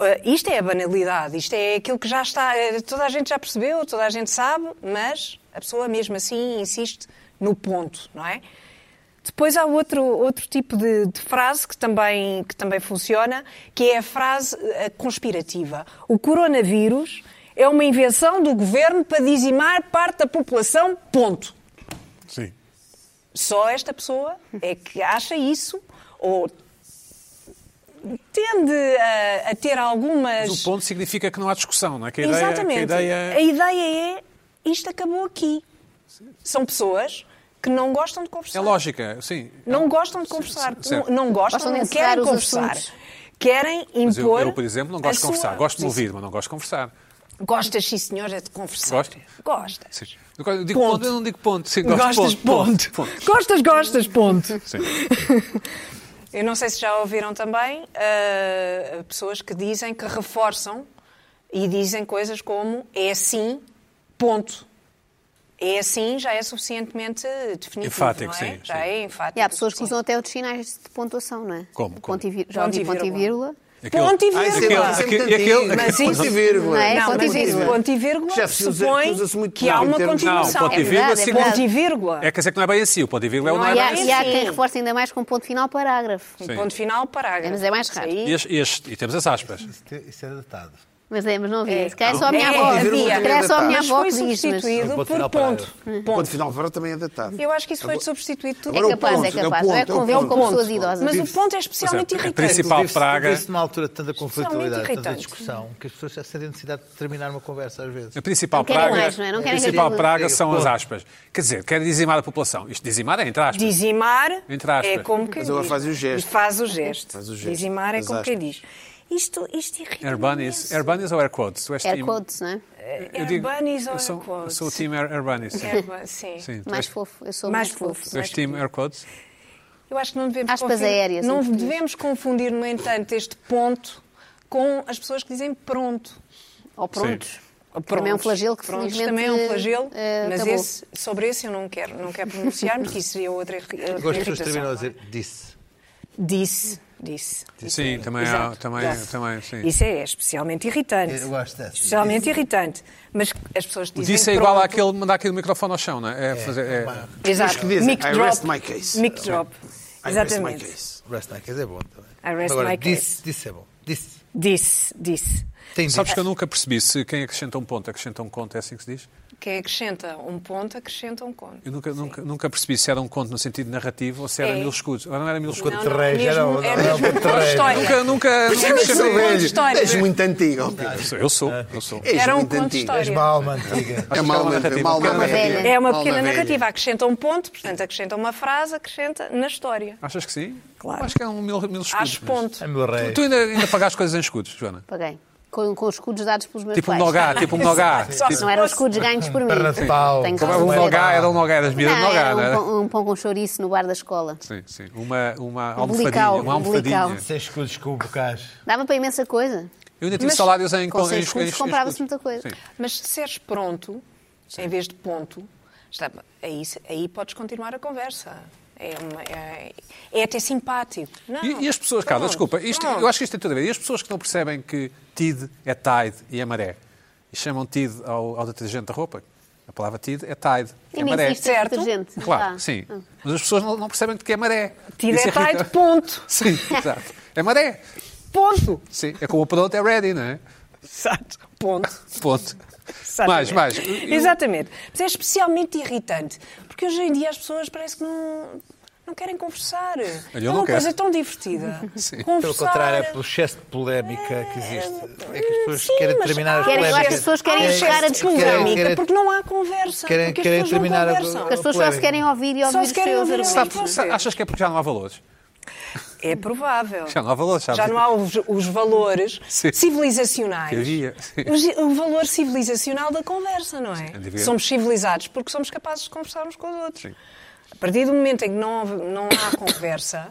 [SPEAKER 2] eh, isto é a banalidade, isto é aquilo que já está, eh, toda a gente já percebeu, toda a gente sabe, mas a pessoa mesmo assim insiste no ponto, não é? Depois há outro, outro tipo de, de frase que também, que também funciona, que é a frase eh, conspirativa. O coronavírus é uma invenção do governo para dizimar parte da população, ponto.
[SPEAKER 1] Sim.
[SPEAKER 2] Só esta pessoa é que acha isso ou tende a, a ter algumas.
[SPEAKER 1] Mas o ponto significa que não há discussão, não é? Que a ideia,
[SPEAKER 2] Exatamente.
[SPEAKER 1] Que a ideia é-
[SPEAKER 2] A ideia é isto acabou aqui. São pessoas que não gostam de conversar.
[SPEAKER 1] é lógica, sim.
[SPEAKER 2] Não gostam de conversar.
[SPEAKER 1] Certo.
[SPEAKER 2] Não, não gostam,
[SPEAKER 4] Gostam de
[SPEAKER 2] não
[SPEAKER 4] encerrar
[SPEAKER 2] querem
[SPEAKER 4] os
[SPEAKER 2] conversar.
[SPEAKER 4] assuntos.
[SPEAKER 2] Querem impor.
[SPEAKER 1] Mas eu, eu, por exemplo, não
[SPEAKER 2] a
[SPEAKER 1] gosto de
[SPEAKER 2] sua-
[SPEAKER 1] conversar. Gosto de me ouvir, mas não gosto de conversar.
[SPEAKER 2] Gostas, sim, senhora, de conversar.
[SPEAKER 1] Gosto.
[SPEAKER 2] Gosta.
[SPEAKER 1] Sim. Eu gosto- eu digo ponto.
[SPEAKER 2] Ponto.
[SPEAKER 1] eu não digo ponto. Sim, gosto de
[SPEAKER 2] Gostas,
[SPEAKER 1] ponto. ponto.
[SPEAKER 2] ponto. Gostas, gostas, ponto.
[SPEAKER 1] Sim.
[SPEAKER 2] Eu não sei se já ouviram também ah, pessoas que dizem que reforçam e dizem coisas como é assim, ponto. É assim, já é suficientemente definitivo,
[SPEAKER 1] Enfático,
[SPEAKER 2] não é?
[SPEAKER 1] sim,
[SPEAKER 2] já
[SPEAKER 1] sim.
[SPEAKER 2] é enfático.
[SPEAKER 4] E há pessoas que
[SPEAKER 2] sim.
[SPEAKER 4] usam até outros sinais de pontuação, não é?
[SPEAKER 1] Como, como?
[SPEAKER 4] Ponto e vir- Já ouvi ponto e vírgula.
[SPEAKER 2] Ponto e
[SPEAKER 3] Ah, isso é
[SPEAKER 2] vírgula.
[SPEAKER 3] muito- isso é
[SPEAKER 1] Aquele-
[SPEAKER 3] muito
[SPEAKER 1] aquele-
[SPEAKER 3] antigo.
[SPEAKER 2] Mas isso-
[SPEAKER 3] Ponto e vírgula.
[SPEAKER 4] Não é?
[SPEAKER 2] Não,
[SPEAKER 4] Ponto e
[SPEAKER 2] mas isso,
[SPEAKER 4] vírgula.
[SPEAKER 2] ponto e vírgula
[SPEAKER 3] Já se usa-
[SPEAKER 2] supõe
[SPEAKER 3] usa-se muito
[SPEAKER 2] que há
[SPEAKER 3] pouco em
[SPEAKER 2] uma
[SPEAKER 3] termos-
[SPEAKER 1] Não,
[SPEAKER 2] continuação.
[SPEAKER 1] ponto e
[SPEAKER 4] É
[SPEAKER 1] vírgula,
[SPEAKER 4] verdade, é
[SPEAKER 1] sim.
[SPEAKER 4] verdade.
[SPEAKER 2] Ponto e vírgula.
[SPEAKER 1] É quer dizer que não é bem assim. O ponto e vírgula é o não é
[SPEAKER 4] E
[SPEAKER 1] bem
[SPEAKER 4] há,
[SPEAKER 1] assim.
[SPEAKER 4] e há
[SPEAKER 2] Sim.
[SPEAKER 4] quem reforce ainda mais com um ponto final, parágrafo.
[SPEAKER 1] Sim.
[SPEAKER 2] Ponto final, parágrafo.
[SPEAKER 1] assim.
[SPEAKER 4] Mas é mais raro.
[SPEAKER 2] Isso aí-
[SPEAKER 1] E, este- este- e temos as aspas.
[SPEAKER 6] Isso, é- isso é datado.
[SPEAKER 4] Mas é, mas não havia.
[SPEAKER 2] É.
[SPEAKER 4] Se calhar só a minha
[SPEAKER 2] É,
[SPEAKER 4] avó.
[SPEAKER 2] havia.
[SPEAKER 4] Se calhar só a minha
[SPEAKER 2] Mas
[SPEAKER 4] avó
[SPEAKER 2] foi
[SPEAKER 4] que diz. mas-
[SPEAKER 2] substituído
[SPEAKER 6] Ponto final
[SPEAKER 2] por
[SPEAKER 6] para
[SPEAKER 2] ponto.
[SPEAKER 3] O
[SPEAKER 2] ponto.
[SPEAKER 3] ponto final de verão também é datado.
[SPEAKER 2] Eu acho que isso foi substituído tudo.
[SPEAKER 4] É
[SPEAKER 3] Agora o
[SPEAKER 4] capaz,
[SPEAKER 3] ponto, é
[SPEAKER 4] é
[SPEAKER 3] o
[SPEAKER 4] capaz. Não é
[SPEAKER 3] ponto, é o
[SPEAKER 4] conviveu com
[SPEAKER 3] ponto.
[SPEAKER 4] pessoas idosas.
[SPEAKER 2] Mas o ponto é
[SPEAKER 1] Ou seja,
[SPEAKER 2] especialmente
[SPEAKER 1] a
[SPEAKER 2] irritante.
[SPEAKER 1] principal
[SPEAKER 6] Vive-se-
[SPEAKER 1] praga,
[SPEAKER 6] Vive-se numa altura de tanta conflitualidade, tanta
[SPEAKER 2] irritante.
[SPEAKER 6] discussão, que as pessoas já sentem necessidade de terminar uma conversa às vezes.
[SPEAKER 1] a principal
[SPEAKER 4] Não querem
[SPEAKER 1] praga,
[SPEAKER 4] mais, não é? Não
[SPEAKER 1] a
[SPEAKER 4] querem
[SPEAKER 1] principal
[SPEAKER 4] que-
[SPEAKER 1] praga são as aspas. Quer dizer, quer dizimar a população. Isto dizimar é entre aspas.
[SPEAKER 2] Dizimar
[SPEAKER 1] Entre aspas.
[SPEAKER 2] é como quem
[SPEAKER 3] Mas ela
[SPEAKER 2] diz.
[SPEAKER 3] faz o gesto.
[SPEAKER 2] Faz o gesto.
[SPEAKER 3] Faz o gesto.
[SPEAKER 2] Dizimar é
[SPEAKER 3] As
[SPEAKER 2] como quem
[SPEAKER 3] aspas.
[SPEAKER 2] diz. Isto, isto irrita
[SPEAKER 1] Urbanis, Urbanis ou Air Quotes? Tu és
[SPEAKER 4] Air
[SPEAKER 1] time-
[SPEAKER 4] quotes, não é?
[SPEAKER 1] Eu digo-
[SPEAKER 2] Urbanis ou
[SPEAKER 1] eu sou,
[SPEAKER 2] Air Quotes?
[SPEAKER 1] eu sou o time Air, Urbanis. Sim.
[SPEAKER 2] Urba- É sim.
[SPEAKER 1] Sim, tu
[SPEAKER 4] Mais
[SPEAKER 1] és-
[SPEAKER 4] fofo. Eu sou
[SPEAKER 2] Mais
[SPEAKER 4] mais
[SPEAKER 2] fofo.
[SPEAKER 4] fofo.
[SPEAKER 1] Tu és time Air Quotes?
[SPEAKER 2] Eu acho que não devemos
[SPEAKER 4] Aspas
[SPEAKER 2] confundir,
[SPEAKER 4] aéreas,
[SPEAKER 2] não
[SPEAKER 4] em português.
[SPEAKER 2] devemos confundir, no entanto, este ponto com as pessoas que dizem pronto.
[SPEAKER 4] Ou prontos.
[SPEAKER 2] Prontos.
[SPEAKER 4] Também é um flagelo que
[SPEAKER 2] Prontos
[SPEAKER 4] felizmente
[SPEAKER 2] também é um flagelo,
[SPEAKER 4] eh,
[SPEAKER 2] mas
[SPEAKER 4] acabou.
[SPEAKER 2] esse- sobre esse eu não quero, não quero pronunciar, porque isso seria outra, irri- outra
[SPEAKER 6] Eu gosto que as pessoas
[SPEAKER 2] irritação,
[SPEAKER 6] terminam a
[SPEAKER 2] não é?
[SPEAKER 6] dizer disse.
[SPEAKER 2] Disse, disse.
[SPEAKER 1] Sim, também, há,
[SPEAKER 2] Exato.
[SPEAKER 1] também,
[SPEAKER 2] Disse.
[SPEAKER 1] também sim.
[SPEAKER 2] Isso é especialmente irritante.
[SPEAKER 6] Eu gosto dessa.
[SPEAKER 2] Especialmente irritante. Mas as pessoas
[SPEAKER 1] O
[SPEAKER 2] dizem
[SPEAKER 1] disse é igual
[SPEAKER 2] pronto.
[SPEAKER 1] àquele mandar aquele microfone ao chão, não é? É fazer- é-
[SPEAKER 2] Exato.
[SPEAKER 3] Os que dizem,
[SPEAKER 2] Mic
[SPEAKER 3] "I
[SPEAKER 2] drop.
[SPEAKER 3] rest my case."
[SPEAKER 2] Mic drop.
[SPEAKER 3] I rest my
[SPEAKER 2] Exatamente.
[SPEAKER 3] case.
[SPEAKER 6] Rest my case é bom também.
[SPEAKER 2] I rest
[SPEAKER 6] Agora,
[SPEAKER 2] my case.
[SPEAKER 6] disse, disse é bom. Disse.
[SPEAKER 2] Disse, disse.
[SPEAKER 6] Tem dito.
[SPEAKER 1] Sabes que eu nunca percebi se quem acrescenta um ponto acrescenta um conto, é assim que se diz?
[SPEAKER 2] Quem acrescenta um ponto, acrescenta um conto.
[SPEAKER 1] Eu nunca, nunca, nunca percebi se era um conto no sentido narrativo ou se era
[SPEAKER 2] É.
[SPEAKER 1] mil escudos. Ou não era mil escudos.
[SPEAKER 6] Não, terreiro,
[SPEAKER 2] mesmo-
[SPEAKER 6] era o-
[SPEAKER 2] é
[SPEAKER 6] era
[SPEAKER 2] mesmo
[SPEAKER 6] o terreiro.
[SPEAKER 2] conto de história.
[SPEAKER 1] Nunca, nunca, nunca
[SPEAKER 2] sou
[SPEAKER 1] percebi.
[SPEAKER 2] velho. é história.
[SPEAKER 3] És muito antigo. ó Pedro.
[SPEAKER 1] Eu sou, eu sou. eu sou.
[SPEAKER 3] És
[SPEAKER 2] Era um
[SPEAKER 3] muito
[SPEAKER 2] conto de
[SPEAKER 3] antigo.
[SPEAKER 2] história.
[SPEAKER 6] És uma alma antiga.
[SPEAKER 3] É uma alma
[SPEAKER 1] Acho que é
[SPEAKER 3] antiga.
[SPEAKER 1] uma
[SPEAKER 3] alma
[SPEAKER 1] narrativa.
[SPEAKER 3] antiga.
[SPEAKER 4] velha.
[SPEAKER 2] É uma
[SPEAKER 3] Alma
[SPEAKER 2] pequena
[SPEAKER 3] velha.
[SPEAKER 2] narrativa, acrescenta um ponto, portanto acrescenta uma frase, acrescenta na história.
[SPEAKER 1] Achas que sim?
[SPEAKER 2] Claro.
[SPEAKER 1] Acho que é um mil, mil escudos. mas-
[SPEAKER 2] Acho ponto.
[SPEAKER 6] É meu rei.
[SPEAKER 1] Tu ainda, ainda pagaste coisas em escudos, Joana?
[SPEAKER 4] Paguei. Com, com os escudos dados pelos meus
[SPEAKER 1] Tipo um
[SPEAKER 4] pais.
[SPEAKER 1] nogá, tipo um nogá.
[SPEAKER 2] Só
[SPEAKER 1] Tipo,
[SPEAKER 4] Não eram os escudos ganhos por mim.
[SPEAKER 6] Perna de pau.
[SPEAKER 4] Tenho que
[SPEAKER 1] como é um
[SPEAKER 4] reconhecer.
[SPEAKER 1] nogá, era um nogá, das
[SPEAKER 4] Não,
[SPEAKER 1] medidas de né? nogá,
[SPEAKER 4] era um,
[SPEAKER 1] não era?
[SPEAKER 4] pão, um pão com chouriço no bar da escola.
[SPEAKER 1] Sim, sim. Uma, uma almofadinha.
[SPEAKER 4] Umbilical,
[SPEAKER 1] Uma almofadinha.
[SPEAKER 4] umbilical.
[SPEAKER 6] Sem escudos com o bocage.
[SPEAKER 4] Dava para imensa coisa.
[SPEAKER 1] Eu ainda tive
[SPEAKER 2] Mas
[SPEAKER 1] salários em,
[SPEAKER 4] com
[SPEAKER 1] em-
[SPEAKER 4] seis
[SPEAKER 1] em-
[SPEAKER 4] escudos
[SPEAKER 1] em- em
[SPEAKER 4] comprava-se
[SPEAKER 1] escudos.
[SPEAKER 4] muita coisa.
[SPEAKER 1] Sim.
[SPEAKER 2] Mas se disseres pronto, em vez de ponto, está- aí, aí podes continuar a conversa. É, uma- é- é até simpático. Não,
[SPEAKER 1] E, e as pessoas, Carla,
[SPEAKER 2] Então pronto,
[SPEAKER 1] desculpa, isto,
[SPEAKER 2] pronto.
[SPEAKER 1] eu acho que isto tem tudo a ver. E as pessoas que não percebem que TID é Tide e é maré e chamam TID ao, ao detergente da roupa? A palavra TID é Tide, é
[SPEAKER 4] E nem
[SPEAKER 1] maré.
[SPEAKER 4] existe tipo
[SPEAKER 2] Certo.
[SPEAKER 4] detergente. não
[SPEAKER 1] Claro,
[SPEAKER 4] está?
[SPEAKER 1] sim. Mas as pessoas não, não percebem do que é maré.
[SPEAKER 2] Tida
[SPEAKER 1] Isso
[SPEAKER 2] Ah. é tide,
[SPEAKER 1] irritante.
[SPEAKER 2] ponto.
[SPEAKER 1] Sim, exato. É maré.
[SPEAKER 2] Ponto.
[SPEAKER 1] Sim, é como o pronto é ready, não é?
[SPEAKER 2] Exato. Ponto.
[SPEAKER 1] Ponto. Mais,
[SPEAKER 2] Exatamente.
[SPEAKER 1] mais. Eu-
[SPEAKER 2] Exatamente. Mas é especialmente irritante, porque hoje em dia as pessoas parece que não, não querem conversar. é
[SPEAKER 1] não
[SPEAKER 2] uma
[SPEAKER 1] quero.
[SPEAKER 2] coisa tão divertida.
[SPEAKER 1] Sim.
[SPEAKER 6] Pelo
[SPEAKER 2] Conversar.
[SPEAKER 6] contrário, é pelo excesso de polémica que existe. É que as pessoas
[SPEAKER 2] Sim,
[SPEAKER 6] querem
[SPEAKER 2] mas
[SPEAKER 6] terminar as
[SPEAKER 2] há um
[SPEAKER 4] Querem- eu acho que as
[SPEAKER 6] polémicas.
[SPEAKER 2] excesso-
[SPEAKER 4] pessoas querem
[SPEAKER 2] há um
[SPEAKER 4] chegar a
[SPEAKER 2] excesso de
[SPEAKER 4] discussão.
[SPEAKER 2] polémica,
[SPEAKER 6] Querem-
[SPEAKER 2] porque não há conversa.
[SPEAKER 6] querem-
[SPEAKER 2] porque as
[SPEAKER 6] querem
[SPEAKER 2] pessoas
[SPEAKER 6] terminar a-
[SPEAKER 2] não conversam.
[SPEAKER 4] Porque as pessoas só se
[SPEAKER 6] Polémica.
[SPEAKER 4] querem ouvir e
[SPEAKER 2] Só
[SPEAKER 4] ouvir os
[SPEAKER 2] se querem
[SPEAKER 4] seus
[SPEAKER 2] ouvir
[SPEAKER 4] argumentos.
[SPEAKER 2] ouvir.
[SPEAKER 1] Sabe- sa- achas que é porque já não há valores?
[SPEAKER 2] É provável.
[SPEAKER 1] Já não há valores, sabe?
[SPEAKER 2] Já não há os, os valores
[SPEAKER 1] Sim.
[SPEAKER 2] civilizacionais.
[SPEAKER 1] Que havia, sim.
[SPEAKER 2] Os- o valor civilizacional da conversa, não é?
[SPEAKER 1] Sim, devia-
[SPEAKER 2] Somos civilizados porque somos capazes de conversarmos com os outros.
[SPEAKER 1] Sim.
[SPEAKER 2] A partir do momento em que não, houve- não há conversa,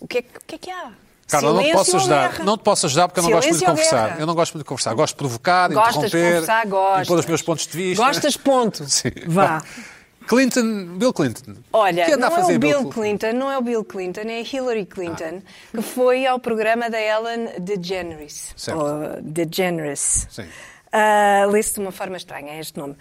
[SPEAKER 2] o que é, que- o que, é que há?
[SPEAKER 1] Carla, não te
[SPEAKER 2] Silêncio
[SPEAKER 1] posso
[SPEAKER 2] ou
[SPEAKER 1] ajudar.
[SPEAKER 2] guerra?
[SPEAKER 1] Não te posso ajudar porque eu não gosto
[SPEAKER 2] Silêncio
[SPEAKER 1] muito de
[SPEAKER 2] ou
[SPEAKER 1] conversar.
[SPEAKER 2] guerra?
[SPEAKER 1] Eu não gosto muito de conversar. Gosto de provocar,
[SPEAKER 2] Gostas de
[SPEAKER 1] interromper,
[SPEAKER 2] conversar, gostas.
[SPEAKER 1] impor os meus pontos de vista.
[SPEAKER 2] Gostas, ponto.
[SPEAKER 1] é- Sim.
[SPEAKER 2] Vá.
[SPEAKER 1] Clinton, Bill Clinton.
[SPEAKER 2] Olha,
[SPEAKER 1] que anda
[SPEAKER 2] não
[SPEAKER 1] a fazer
[SPEAKER 2] é o Bill Clinton, não é o Bill Clinton, é a Hillary Clinton,
[SPEAKER 1] Ah.
[SPEAKER 2] que foi ao programa da Ellen DeGeneres.
[SPEAKER 1] Certo.
[SPEAKER 2] Ou DeGeneres.
[SPEAKER 1] Sim.
[SPEAKER 2] Ah, Lê-se de uma forma estranha este nome.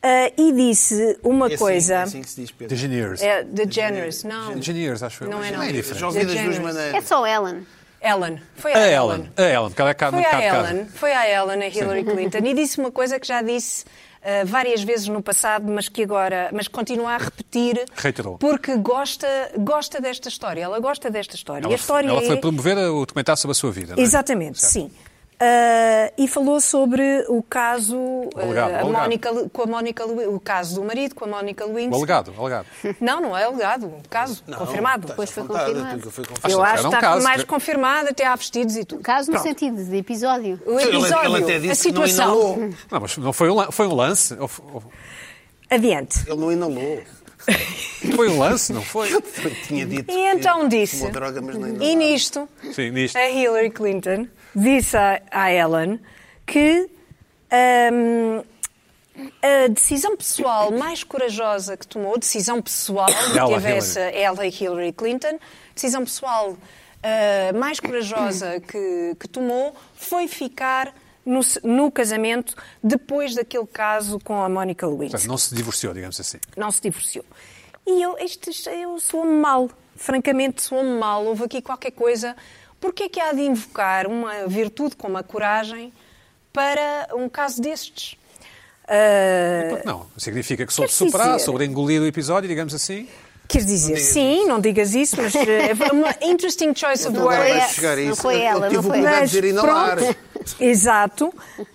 [SPEAKER 2] Ah, e disse uma
[SPEAKER 3] É assim-
[SPEAKER 2] coisa.
[SPEAKER 3] é assim que se diz, Pedro.
[SPEAKER 1] Engineers.
[SPEAKER 2] É, DeGeneers, não.
[SPEAKER 1] Engineers, acho eu.
[SPEAKER 2] Não é, não.
[SPEAKER 1] É diferente.
[SPEAKER 3] Já ouvi das duas
[SPEAKER 2] Degenerate.
[SPEAKER 4] É
[SPEAKER 3] maneiras.
[SPEAKER 4] só Ellen.
[SPEAKER 2] Ellen. Foi
[SPEAKER 1] A Ellen. A Ellen, porque ela é cá
[SPEAKER 2] Foi
[SPEAKER 1] muito cá
[SPEAKER 2] à
[SPEAKER 1] de casa.
[SPEAKER 2] Ellen, foi à Ellen, a Hillary Clinton, e disse uma coisa que já disse ah, várias vezes no passado, mas que agora, mas continua a repetir,
[SPEAKER 1] Reiterou.
[SPEAKER 2] porque gosta, gosta desta história. Ela gosta desta história. e
[SPEAKER 1] Ela,
[SPEAKER 2] a história
[SPEAKER 1] ela
[SPEAKER 2] é...
[SPEAKER 1] foi promover o documentário sobre a sua vida. não é?
[SPEAKER 2] Exatamente,
[SPEAKER 1] Certo.
[SPEAKER 2] sim. Ah, e falou sobre o caso ah,
[SPEAKER 1] Alegado,
[SPEAKER 2] a
[SPEAKER 1] alegado.
[SPEAKER 2] Mónica Lu- com a Mónica Lu- o caso do marido com a Mónica
[SPEAKER 1] O
[SPEAKER 2] Lewinsky.
[SPEAKER 1] alegado, tá, o alegado.
[SPEAKER 2] Não, não é alegado, o caso confirmado.
[SPEAKER 4] Pois foi
[SPEAKER 3] Vontade,
[SPEAKER 4] confirmado.
[SPEAKER 3] tudo que foi confirmado.
[SPEAKER 2] Eu
[SPEAKER 1] Acho que
[SPEAKER 2] acho
[SPEAKER 1] era
[SPEAKER 2] que
[SPEAKER 1] um
[SPEAKER 2] está
[SPEAKER 1] caso
[SPEAKER 2] mais
[SPEAKER 1] que-
[SPEAKER 2] confirmado, até há vestidos e tudo.
[SPEAKER 4] Caso no
[SPEAKER 2] Pronto.
[SPEAKER 4] sentido de episódio.
[SPEAKER 2] O
[SPEAKER 3] Ele-
[SPEAKER 2] episódio,
[SPEAKER 3] ele até
[SPEAKER 2] a
[SPEAKER 3] disse que não
[SPEAKER 2] situação.
[SPEAKER 3] inalou.
[SPEAKER 1] Não, mas não foi um, lan- foi um lance? Ou f- ou-
[SPEAKER 2] Adiante.
[SPEAKER 3] Ele não inalou.
[SPEAKER 1] Foi um lance, não foi?
[SPEAKER 3] Ele tinha dito
[SPEAKER 2] E então
[SPEAKER 3] que
[SPEAKER 2] disse.
[SPEAKER 3] fumou é droga, mas não inalou.
[SPEAKER 2] E nisto,
[SPEAKER 1] Sim, nisto.
[SPEAKER 2] a Hillary Clinton disse à, à Ellen que hum, a decisão pessoal mais corajosa que tomou, decisão pessoal,
[SPEAKER 1] Ela,
[SPEAKER 2] teve essa ela e Hillary Clinton, decisão pessoal ah, mais corajosa que, que tomou foi ficar no, se- no casamento depois daquele caso com a Monica Lewinsky
[SPEAKER 1] Portanto, não se divorciou, digamos assim.
[SPEAKER 2] não se divorciou. E eu, isto, isto- eu soou-me mal, francamente soou-me mal, houve aqui qualquer coisa. Porquê é que há de invocar uma virtude como a coragem para um caso destes. Ah,
[SPEAKER 1] Porque não? Significa que soube
[SPEAKER 2] É. Quer dizer-
[SPEAKER 1] superar, soube engolir o episódio, digamos assim.
[SPEAKER 2] Quer dizer, sim, não digas isso, mas eh, uma interesting choice of
[SPEAKER 4] Não foi
[SPEAKER 2] words.
[SPEAKER 4] ela,
[SPEAKER 3] vai chegar a
[SPEAKER 4] não
[SPEAKER 3] isso.
[SPEAKER 4] foi
[SPEAKER 3] Eu- eu
[SPEAKER 4] ela,
[SPEAKER 3] tive
[SPEAKER 4] não
[SPEAKER 3] o
[SPEAKER 4] foi
[SPEAKER 3] cuidado
[SPEAKER 1] É
[SPEAKER 4] ela.
[SPEAKER 3] de dizer inalar.
[SPEAKER 2] Exato.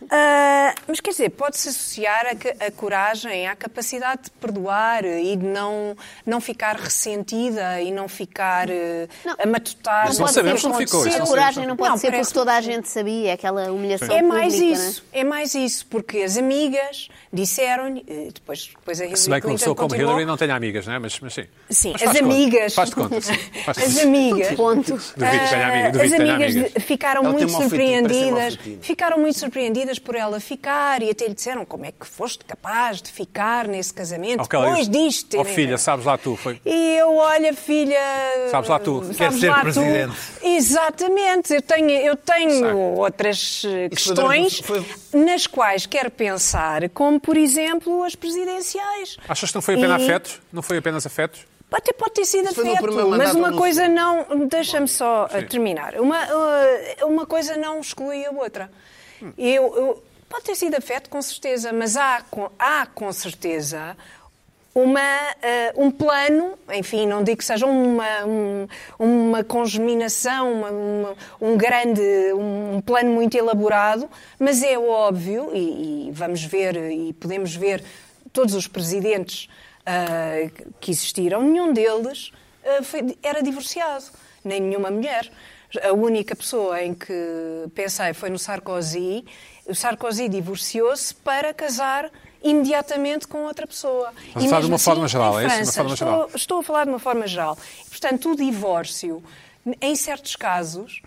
[SPEAKER 2] Ah, mas quer dizer, pode-se associar a, que- a coragem à capacidade de perdoar e de não, não ficar ressentida e não ficar eh,
[SPEAKER 4] Não.
[SPEAKER 2] a matutar.
[SPEAKER 1] Mas
[SPEAKER 2] no
[SPEAKER 1] não
[SPEAKER 2] que
[SPEAKER 1] sabemos como ficou, isso
[SPEAKER 2] aconteceu.
[SPEAKER 1] não
[SPEAKER 4] A coragem não pode
[SPEAKER 2] Não,
[SPEAKER 4] ser porque
[SPEAKER 2] parece-
[SPEAKER 4] toda a gente sabia aquela humilhação
[SPEAKER 2] É mais
[SPEAKER 4] pública, né?
[SPEAKER 2] isso, é mais isso, porque as amigas disseram-lhe, eh, depois, depois a Hillary
[SPEAKER 1] Se bem que uma
[SPEAKER 2] Clinton
[SPEAKER 1] pessoa como
[SPEAKER 2] continuou-
[SPEAKER 1] Hillary não tenha amigas, não é? Mas, mas sim.
[SPEAKER 2] Sim,
[SPEAKER 1] Mas
[SPEAKER 2] as
[SPEAKER 1] faz de conta.
[SPEAKER 2] amigas.
[SPEAKER 1] Faz de conta, sim. Faz de conta.
[SPEAKER 2] As
[SPEAKER 4] Não é?
[SPEAKER 2] amigas.
[SPEAKER 4] Ponto.
[SPEAKER 1] Duvido que tenha amiga,
[SPEAKER 2] Ah,
[SPEAKER 1] duvido
[SPEAKER 2] as
[SPEAKER 1] que tenha
[SPEAKER 2] amigas
[SPEAKER 1] amigas.
[SPEAKER 2] de- ficaram
[SPEAKER 3] Ela tem
[SPEAKER 2] muito
[SPEAKER 3] mau feitio, parece mau
[SPEAKER 2] surpreendidas.
[SPEAKER 3] feitio.
[SPEAKER 2] Ficaram muito surpreendidas por ela ficar e até lhe disseram como é que foste capaz de ficar nesse casamento
[SPEAKER 1] Ao que ela
[SPEAKER 2] depois
[SPEAKER 1] diz,
[SPEAKER 2] disto. né?"
[SPEAKER 1] "Oh,
[SPEAKER 2] terem-
[SPEAKER 1] filha, sabes lá tu", foi-
[SPEAKER 2] E eu, olha, filha.
[SPEAKER 1] Sabes lá tu,
[SPEAKER 2] sabes
[SPEAKER 6] queres ser
[SPEAKER 2] lá tu."
[SPEAKER 6] presidente.
[SPEAKER 2] Exatamente. Eu tenho, eu tenho
[SPEAKER 1] Sabe.
[SPEAKER 2] outras eh,
[SPEAKER 3] Isso
[SPEAKER 2] questões
[SPEAKER 3] foi-
[SPEAKER 2] nas quais quero pensar, como por exemplo as presidenciais.
[SPEAKER 1] Achas que não foi apenas
[SPEAKER 2] E-
[SPEAKER 1] afetos? Não foi apenas afetos?
[SPEAKER 2] até pode ter sido
[SPEAKER 3] Isso foi no
[SPEAKER 2] afeto,
[SPEAKER 3] primeiro mandato
[SPEAKER 2] mas uma
[SPEAKER 3] ou no
[SPEAKER 2] coisa
[SPEAKER 3] segundo?
[SPEAKER 2] não. Deixa-me só uh, terminar. Uma, uh, uma coisa não exclui a outra. Eu, eu- pode ter sido afeto, com certeza, mas há, com- há com certeza. Uma, uh, um plano, enfim, não digo que seja uma, um- uma congeminação, uma- uma- um grande, um plano muito elaborado, mas é óbvio, e- e vamos ver, e podemos ver todos os presidentes ah, que existiram, nenhum deles ah, foi- era divorciado, nem nenhuma mulher. A única pessoa em que pensei foi no Sarkozy. O Sarkozy divorciou-se para casar imediatamente com outra pessoa.
[SPEAKER 1] Estás a falar de
[SPEAKER 2] mesmo
[SPEAKER 1] uma forma
[SPEAKER 2] em
[SPEAKER 1] geral, é isso? De uma
[SPEAKER 2] França.
[SPEAKER 1] forma
[SPEAKER 2] Estou-
[SPEAKER 1] geral.
[SPEAKER 2] Estou, a falar de uma forma geral. Portanto, o divórcio, em certos casos,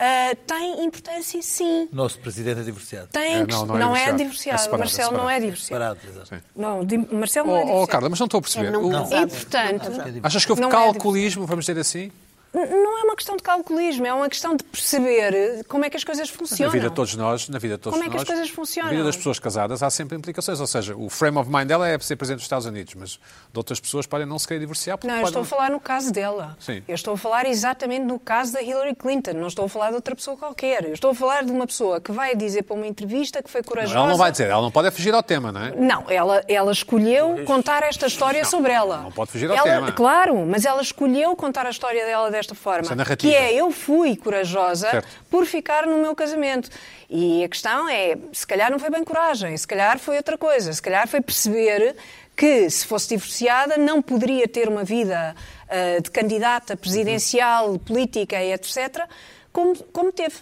[SPEAKER 2] ah, tem importância, sim.
[SPEAKER 6] Nosso presidente é divorciado.
[SPEAKER 2] Tem
[SPEAKER 1] É,
[SPEAKER 2] que-
[SPEAKER 1] não,
[SPEAKER 2] não,
[SPEAKER 1] não é
[SPEAKER 2] é
[SPEAKER 1] divorciado. É
[SPEAKER 2] divorciado.
[SPEAKER 1] separado, é
[SPEAKER 2] Marcelo não é
[SPEAKER 1] separado.
[SPEAKER 2] divorciado.
[SPEAKER 6] Parado, exato.
[SPEAKER 2] Não, di- Marcelo não é
[SPEAKER 1] Oh, oh,
[SPEAKER 2] divorciado.
[SPEAKER 1] Carla, mas não estou a perceber.
[SPEAKER 4] É, não
[SPEAKER 1] O-
[SPEAKER 4] casado.
[SPEAKER 2] E, portanto,
[SPEAKER 1] Achas que houve
[SPEAKER 2] Não é
[SPEAKER 1] calculismo, vamos dizer assim?
[SPEAKER 2] n- não é uma questão de calculismo, é uma questão de perceber eh, como é que as coisas
[SPEAKER 1] Na
[SPEAKER 2] funcionam.
[SPEAKER 1] vida de todos nós, na vida de todos
[SPEAKER 2] Como é que
[SPEAKER 1] nós,
[SPEAKER 2] as coisas funcionam?
[SPEAKER 1] Na vida das pessoas casadas há sempre implicações, ou seja, o frame of mind dela é ser presidente dos Estados Unidos, mas de outras pessoas podem não se querer divorciar porque
[SPEAKER 2] Não, eu
[SPEAKER 1] podem...
[SPEAKER 2] estou a falar no caso dela.
[SPEAKER 1] Sim.
[SPEAKER 2] Eu estou a falar exatamente no caso da Hillary Clinton. Não estou a falar de outra pessoa qualquer. Eu estou a falar de uma pessoa que vai dizer para uma entrevista que foi corajosa.
[SPEAKER 1] Ela não vai dizer, ela não pode é fugir ao tema, não é?
[SPEAKER 2] Não, ela, ela escolheu contar esta história sobre ela.
[SPEAKER 1] não pode fugir ao
[SPEAKER 2] Ela-
[SPEAKER 1] tema.
[SPEAKER 2] Claro, mas ela escolheu contar a história dela desta forma.
[SPEAKER 1] Essa narrativa.
[SPEAKER 2] Que é, eu fui corajosa
[SPEAKER 1] Certo.
[SPEAKER 2] por ficar no meu casamento. E a questão é, se calhar não foi bem coragem, se calhar foi outra coisa, se calhar foi perceber que se fosse divorciada não poderia ter uma vida ah, de candidata
[SPEAKER 1] Uhum.
[SPEAKER 2] presidencial, política e etc., como, como teve.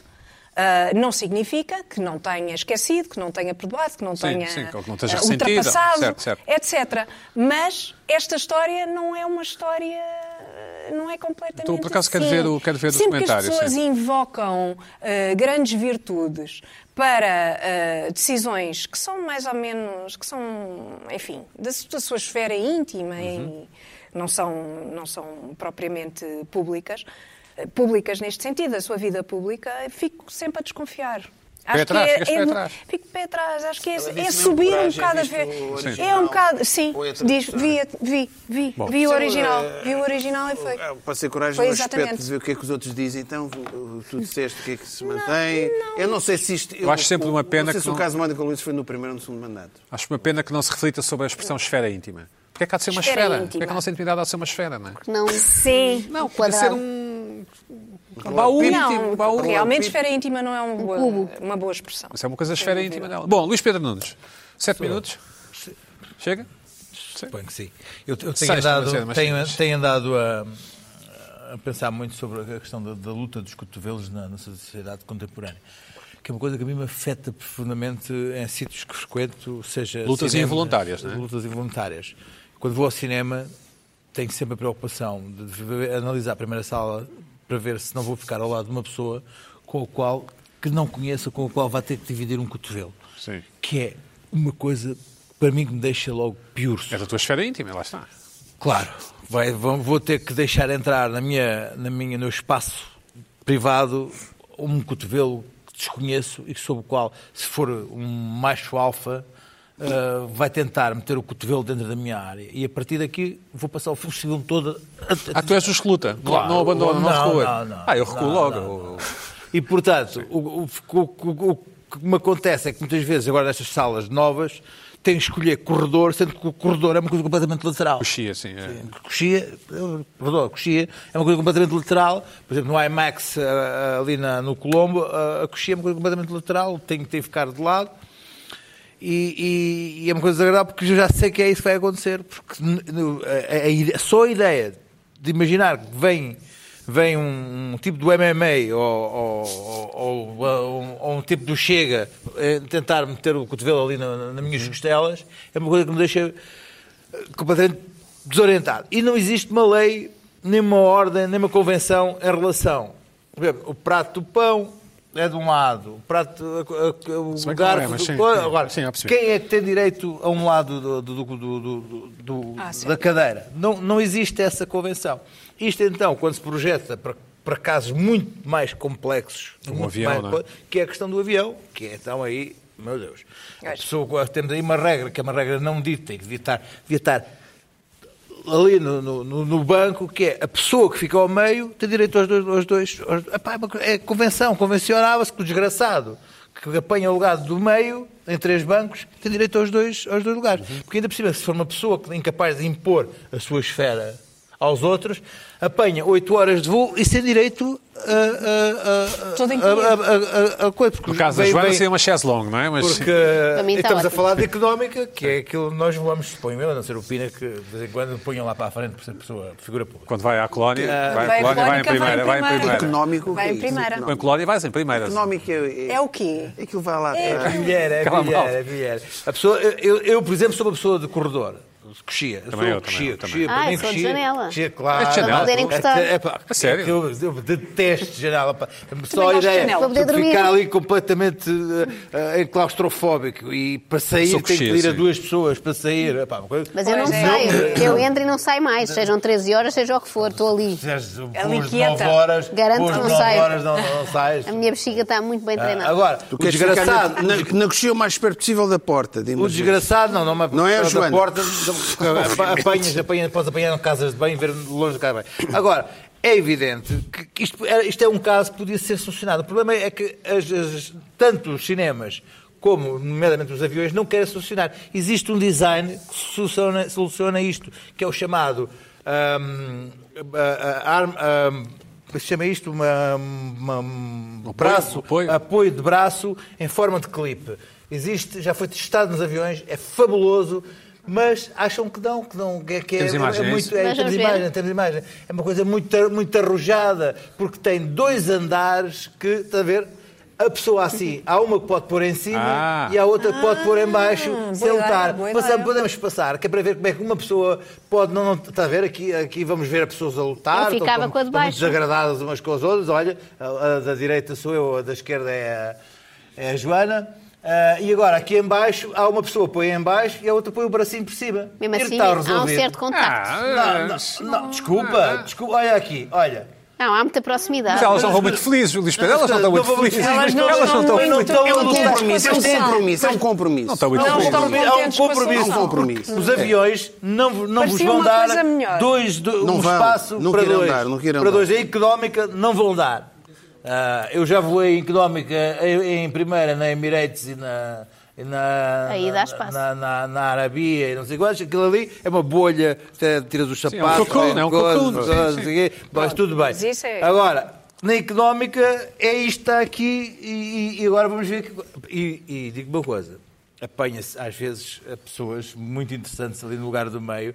[SPEAKER 2] Ah, não significa que não tenha esquecido, que não tenha perdoado, que não
[SPEAKER 1] Sim,
[SPEAKER 2] tenha
[SPEAKER 1] sim, que não esteja
[SPEAKER 2] eh,
[SPEAKER 1] ressentida.
[SPEAKER 2] ultrapassado,
[SPEAKER 1] Certo, certo.
[SPEAKER 2] etc. Mas esta história não é uma história. eh, Não é completamente.
[SPEAKER 1] Então, por acaso, quero
[SPEAKER 2] assim.
[SPEAKER 1] ver o- quero ver o
[SPEAKER 2] Sempre que as
[SPEAKER 1] documentário,
[SPEAKER 2] pessoas
[SPEAKER 1] sim.
[SPEAKER 2] invocam eh, grandes virtudes para eh, decisões que são mais ou menos. que são, enfim, da, su- da sua esfera íntima
[SPEAKER 1] Uhum.
[SPEAKER 2] e não são, não são propriamente públicas. eh, Públicas neste sentido, da sua vida pública, fico sempre a desconfiar. é
[SPEAKER 1] atrás, ficas pé atrás.
[SPEAKER 2] Fico pé atrás, acho que é,
[SPEAKER 3] Ela
[SPEAKER 2] é
[SPEAKER 3] disse mesmo
[SPEAKER 2] subir um
[SPEAKER 3] coragem,
[SPEAKER 2] bocado a
[SPEAKER 3] viste
[SPEAKER 2] ver.
[SPEAKER 3] o
[SPEAKER 1] Sim.
[SPEAKER 2] É
[SPEAKER 3] original?
[SPEAKER 2] um bocado, sim.
[SPEAKER 3] Ou é
[SPEAKER 2] Diz,
[SPEAKER 3] tradução?
[SPEAKER 2] vi, vi, vi, vi o original.
[SPEAKER 3] eh,
[SPEAKER 2] Vi o original e foi.
[SPEAKER 3] Ah, Passei coragem
[SPEAKER 2] Foi
[SPEAKER 3] no aspecto
[SPEAKER 2] exatamente.
[SPEAKER 3] de ver o que é que os outros dizem, então o- o- tu disseste o que é que se mantém. Eu não sei se isto. Eu,
[SPEAKER 1] acho sempre
[SPEAKER 3] o-
[SPEAKER 1] uma pena
[SPEAKER 3] não sei
[SPEAKER 1] que
[SPEAKER 3] se
[SPEAKER 1] não-
[SPEAKER 3] o caso Mónica Luís foi no primeiro ou no segundo mandato.
[SPEAKER 1] Acho uma pena que não se reflita sobre a expressão esfera íntima. Porque é que há de ser uma
[SPEAKER 2] Esfera
[SPEAKER 1] esfera?
[SPEAKER 2] íntima.
[SPEAKER 1] Porque é que a nossa intimidade há de ser uma esfera, não é?
[SPEAKER 4] Não,
[SPEAKER 2] Sim.
[SPEAKER 1] Não,
[SPEAKER 4] pode
[SPEAKER 1] pode
[SPEAKER 4] ser
[SPEAKER 1] ser
[SPEAKER 4] quadrado.
[SPEAKER 1] um, baú íntimo.
[SPEAKER 2] Não,
[SPEAKER 1] Um baú.
[SPEAKER 2] realmente
[SPEAKER 1] íntimo.
[SPEAKER 2] esfera íntima não é um boa- uma boa expressão.
[SPEAKER 1] Isso é uma coisa esfera íntima dela. Bom, Luís Pedro Nunes, sete minutos. Chega?
[SPEAKER 6] Suponho que sim. Eu, eu tenho,
[SPEAKER 1] Sexta,
[SPEAKER 6] andado,
[SPEAKER 1] mas é, mas
[SPEAKER 6] tenho,
[SPEAKER 1] sim, mas-
[SPEAKER 6] tenho andado a, a pensar muito sobre a questão da, da luta dos cotovelos na, na sociedade contemporânea. Que é uma coisa que a mim me afeta profundamente em sítios que frequento, seja.
[SPEAKER 1] Lutas involuntárias, não é?
[SPEAKER 6] Lutas involuntárias. Quando vou ao cinema, tenho sempre a preocupação de ver- analisar a primeira sala para ver se não vou ficar ao lado de uma pessoa com a qual. que não conheça, com a qual vai ter que dividir um cotovelo.
[SPEAKER 1] Sim.
[SPEAKER 6] Que é uma coisa, para mim, que me deixa logo piurso.
[SPEAKER 1] É da tua esfera íntima, lá está.
[SPEAKER 6] Claro, vai- vão- vou ter que deixar entrar na minha, na minha, no espaço privado um cotovelo que desconheço e sobre o qual, se for um macho alfa, ah, vai tentar meter o cotovelo dentro da minha área. E a partir daqui vou passar o filme todo a,
[SPEAKER 1] Ah, tu és dos que luta. Não-
[SPEAKER 6] Claro.
[SPEAKER 1] Não abandona, não,
[SPEAKER 6] Não,
[SPEAKER 1] recua.
[SPEAKER 6] não, não.
[SPEAKER 1] ah, eu recuo
[SPEAKER 6] Não,
[SPEAKER 1] logo.
[SPEAKER 6] não, E portanto, o, o- o- o- o que me acontece é que muitas vezes, agora nestas salas novas, tenho que escolher corredor, sendo que o corredor é uma coisa completamente lateral.
[SPEAKER 1] Coxia, sim. é.
[SPEAKER 6] Coxia, perdão, coxia é uma coisa completamente lateral. Por exemplo, no IMAX, ah, ali na- no Colombo, ah, a coxia é uma coisa completamente lateral, tem, tem que ficar de lado. E, e- e é uma coisa desagradável porque eu já sei que é isso que vai acontecer. Porque n- n- a- a ide- só a ideia de imaginar que vem, vem um, um tipo do MMA ou, ou- ou- ou um, ou um tipo do Chega eh, tentar meter o cotovelo ali na- na- nas minhas costelas é uma coisa que me deixa eh, completamente desorientado. E não existe uma lei, nem uma ordem, nem uma convenção em relação. Por exemplo, o prato do pão é de um lado, o prato, a- a-
[SPEAKER 1] Se bem
[SPEAKER 6] o
[SPEAKER 1] que não é,
[SPEAKER 6] um garfo
[SPEAKER 1] mas
[SPEAKER 6] do
[SPEAKER 1] sim,
[SPEAKER 6] co-
[SPEAKER 1] sim,
[SPEAKER 6] Agora,
[SPEAKER 1] sim, já percebi.
[SPEAKER 6] quem é que tem direito a um lado do- do- do- do- do- do-
[SPEAKER 2] Ah, sim.
[SPEAKER 6] da cadeira? Não, não existe essa convenção. Isto então, quando se projeta para, para casos muito mais complexos,
[SPEAKER 1] Como o
[SPEAKER 6] muito
[SPEAKER 1] avião,
[SPEAKER 6] mais
[SPEAKER 1] não é?
[SPEAKER 6] co- que é a questão do avião, que é então aí, meu Deus, a
[SPEAKER 2] Acho.
[SPEAKER 6] pessoa, temos aí uma regra, que é uma regra não dita e que devia estar, devia estar ali no, no- no- no banco, que é a pessoa que fica ao meio tem direito aos dois. Aos dois aos- Epá, é uma co- é convenção, convencionava-se que o desgraçado que apanha o lugar do meio em três bancos tem direito aos dois, aos dois lugares.
[SPEAKER 1] Uhum.
[SPEAKER 6] Porque ainda por cima, se for uma pessoa que é incapaz de impor a sua esfera aos outros, apanha oito horas de voo e sem direito a- a- a-
[SPEAKER 2] Todo
[SPEAKER 6] a- a- a- a coisa. porque
[SPEAKER 1] No caso da
[SPEAKER 6] vem-
[SPEAKER 1] Joana
[SPEAKER 6] vem-
[SPEAKER 1] seria uma chaise longue, não é? Mas
[SPEAKER 6] porque
[SPEAKER 4] mim está
[SPEAKER 6] estamos a
[SPEAKER 4] ótimo.
[SPEAKER 6] falar de económica, que é aquilo que nós vamos, suponho eu, a não ser o Pina, que de vez em quando ponham lá para a frente por ser pessoa, figura pública.
[SPEAKER 1] quando vai à colónia, vai,
[SPEAKER 2] vai
[SPEAKER 1] à
[SPEAKER 2] à
[SPEAKER 1] colónia, vai em
[SPEAKER 2] colónica,
[SPEAKER 1] primeira. Vai em primeira.
[SPEAKER 2] Vai
[SPEAKER 3] Económico. que
[SPEAKER 2] em
[SPEAKER 3] é isso?
[SPEAKER 2] primeira.
[SPEAKER 3] Económico.
[SPEAKER 1] Vai em colónia e vais em primeira.
[SPEAKER 3] Económico é,
[SPEAKER 2] É o quê?
[SPEAKER 3] Aquilo vai lá.
[SPEAKER 6] É bilheiro, é
[SPEAKER 1] Cala a
[SPEAKER 6] bilheiro,
[SPEAKER 1] boca.
[SPEAKER 6] é bilheiro. A pessoa, eu, eu- eu, por exemplo, sou uma pessoa de corredor. de Coxia. Eu
[SPEAKER 1] Também
[SPEAKER 6] sou
[SPEAKER 1] eu,
[SPEAKER 6] coxia,
[SPEAKER 1] também eu,
[SPEAKER 6] coxia,
[SPEAKER 1] também.
[SPEAKER 6] para
[SPEAKER 4] Ah,
[SPEAKER 6] mim,
[SPEAKER 4] sou de
[SPEAKER 6] coxia,
[SPEAKER 4] janela.
[SPEAKER 6] Coxia, claro.
[SPEAKER 1] É de janela. Para
[SPEAKER 4] poderem encostar.
[SPEAKER 6] É, pá,
[SPEAKER 1] A sério?
[SPEAKER 6] Eu, eu detesto janela. pá. Só
[SPEAKER 2] gosto
[SPEAKER 6] a
[SPEAKER 2] de
[SPEAKER 6] ideia
[SPEAKER 2] janela. Para
[SPEAKER 4] poder
[SPEAKER 6] de
[SPEAKER 4] dormir.
[SPEAKER 6] ficar ali completamente eh, eh, claustrofóbico e para sair
[SPEAKER 1] Sou
[SPEAKER 6] tem que
[SPEAKER 1] coxia,
[SPEAKER 6] pedir a
[SPEAKER 1] sim.
[SPEAKER 6] duas pessoas para sair. é pá, uma coisa-
[SPEAKER 4] Mas eu não
[SPEAKER 2] Pois é.
[SPEAKER 1] um.
[SPEAKER 4] saio. Eu entro e não saio mais. Sejam 13 horas, seja o que for, estou ali.
[SPEAKER 6] fizeres um
[SPEAKER 2] Ali
[SPEAKER 6] curso de
[SPEAKER 2] quieta.
[SPEAKER 6] 9 horas,
[SPEAKER 4] Garanto
[SPEAKER 6] curso
[SPEAKER 4] que não É
[SPEAKER 6] de nove
[SPEAKER 4] saio.
[SPEAKER 6] horas não, não sais.
[SPEAKER 4] A minha bexiga está muito bem
[SPEAKER 6] Ah,
[SPEAKER 4] treinada.
[SPEAKER 6] Agora,
[SPEAKER 3] Tu
[SPEAKER 6] o
[SPEAKER 3] queres ficar
[SPEAKER 6] desgraçado,
[SPEAKER 3] na, na, na coxia o mais perto possível da porta. de
[SPEAKER 6] o
[SPEAKER 3] emergência.
[SPEAKER 6] desgraçado não, não,
[SPEAKER 3] Não é a
[SPEAKER 6] da
[SPEAKER 3] Joana.
[SPEAKER 6] porta, da- apanhas, apanhas, podes apanhar em casas de bem, ver longe de casa de bem. Agora, é evidente que que isto, era- isto é um caso que podia ser solucionado. O problema é que as- as- tanto os cinemas como, nomeadamente, os aviões, não querem solucionar. Existe um design que soluciona, soluciona isto, que é o chamado. ahm, a- a- arm- ahm, como é se chama isto? Uma, uma- um braço,
[SPEAKER 1] apoio.
[SPEAKER 6] a- apoio de braço em forma de clipe. Existe, já foi testado nos aviões, é fabuloso, mas acham que não, que não, que é, que é,
[SPEAKER 1] Temos imagem,
[SPEAKER 6] é
[SPEAKER 1] é
[SPEAKER 6] muito,
[SPEAKER 1] isso?
[SPEAKER 6] é,
[SPEAKER 4] Mas
[SPEAKER 6] temos
[SPEAKER 4] vamos ver.
[SPEAKER 6] imagem, temos imagem. É uma coisa muito, ar- muito arrojada, porque tem dois andares que, está a ver? A pessoa assim, há uma que pode pôr em cima
[SPEAKER 1] Ah.
[SPEAKER 6] e há outra que pode pôr em baixo,
[SPEAKER 4] Ah,
[SPEAKER 6] sem
[SPEAKER 2] ideia,
[SPEAKER 6] lutar.
[SPEAKER 2] boa
[SPEAKER 6] Passamos-
[SPEAKER 2] ideia.
[SPEAKER 6] podemos passar, que é para ver como é que uma pessoa pode não, não está a ver aqui, aqui vamos ver as pessoas a lutar,
[SPEAKER 4] Eu ficava
[SPEAKER 6] estão-
[SPEAKER 4] com a de
[SPEAKER 6] estão muito
[SPEAKER 4] baixo.
[SPEAKER 6] desagradadas umas com as outras, olha, a, a da direita sou eu, a da esquerda é a, é a Joana. Ah, e agora, aqui em baixo, há uma pessoa põe em baixo e a outra põe o bracinho por cima.
[SPEAKER 4] Mesmo
[SPEAKER 6] E
[SPEAKER 4] assim,
[SPEAKER 6] está
[SPEAKER 4] há um
[SPEAKER 6] resolvido.
[SPEAKER 4] certo contacto.
[SPEAKER 6] Não,
[SPEAKER 1] Ah,
[SPEAKER 6] não, não,
[SPEAKER 1] é.
[SPEAKER 6] desculpa, desculpa, olha aqui, olha.
[SPEAKER 4] Não, há muita proximidade.
[SPEAKER 1] Mas elas não estão muito felizes, Luís Pedro. Elas não estão muito felizes.
[SPEAKER 6] Elas não
[SPEAKER 1] Elas não estão
[SPEAKER 6] estão
[SPEAKER 1] muito
[SPEAKER 6] muito-
[SPEAKER 3] É um
[SPEAKER 2] Não temos
[SPEAKER 3] compromisso, é um
[SPEAKER 2] condição.
[SPEAKER 3] compromisso, é um compromisso.
[SPEAKER 1] não estão muito
[SPEAKER 2] Não,
[SPEAKER 1] felizes.
[SPEAKER 2] estão
[SPEAKER 6] Há um
[SPEAKER 2] contentes com a
[SPEAKER 6] compromisso.
[SPEAKER 2] solução.
[SPEAKER 3] Há um compromisso.
[SPEAKER 6] Os aviões não, não vos
[SPEAKER 2] Parecia
[SPEAKER 6] vão
[SPEAKER 2] uma
[SPEAKER 6] dar
[SPEAKER 2] coisa melhor.
[SPEAKER 6] dois, do-
[SPEAKER 3] Não
[SPEAKER 6] um
[SPEAKER 3] vão,
[SPEAKER 6] espaço
[SPEAKER 3] não
[SPEAKER 6] para
[SPEAKER 3] queiram
[SPEAKER 6] dois.
[SPEAKER 3] dar, não queiram
[SPEAKER 6] para
[SPEAKER 3] dar.
[SPEAKER 6] dois. A económica não vão dar. Ah, eu já voei em económica em, em primeira na Emirates e na. e na-
[SPEAKER 4] Aí dá espaço.
[SPEAKER 6] na, na, na Arabia e não sei quantos, aquilo ali é uma bolha, até tiras os
[SPEAKER 1] é um
[SPEAKER 6] sapatos,
[SPEAKER 1] cocoon,
[SPEAKER 6] vai,
[SPEAKER 1] é um
[SPEAKER 6] coisa,
[SPEAKER 1] cocoon, sim,
[SPEAKER 6] coisa,
[SPEAKER 1] sim.
[SPEAKER 6] quê, mas tudo bem.
[SPEAKER 2] Mas isso é-
[SPEAKER 6] Agora, na económica, é isto está aqui e, e- e agora vamos ver. Que... E, e digo uma coisa: apanha-se às vezes a pessoas muito interessantes ali no lugar do meio.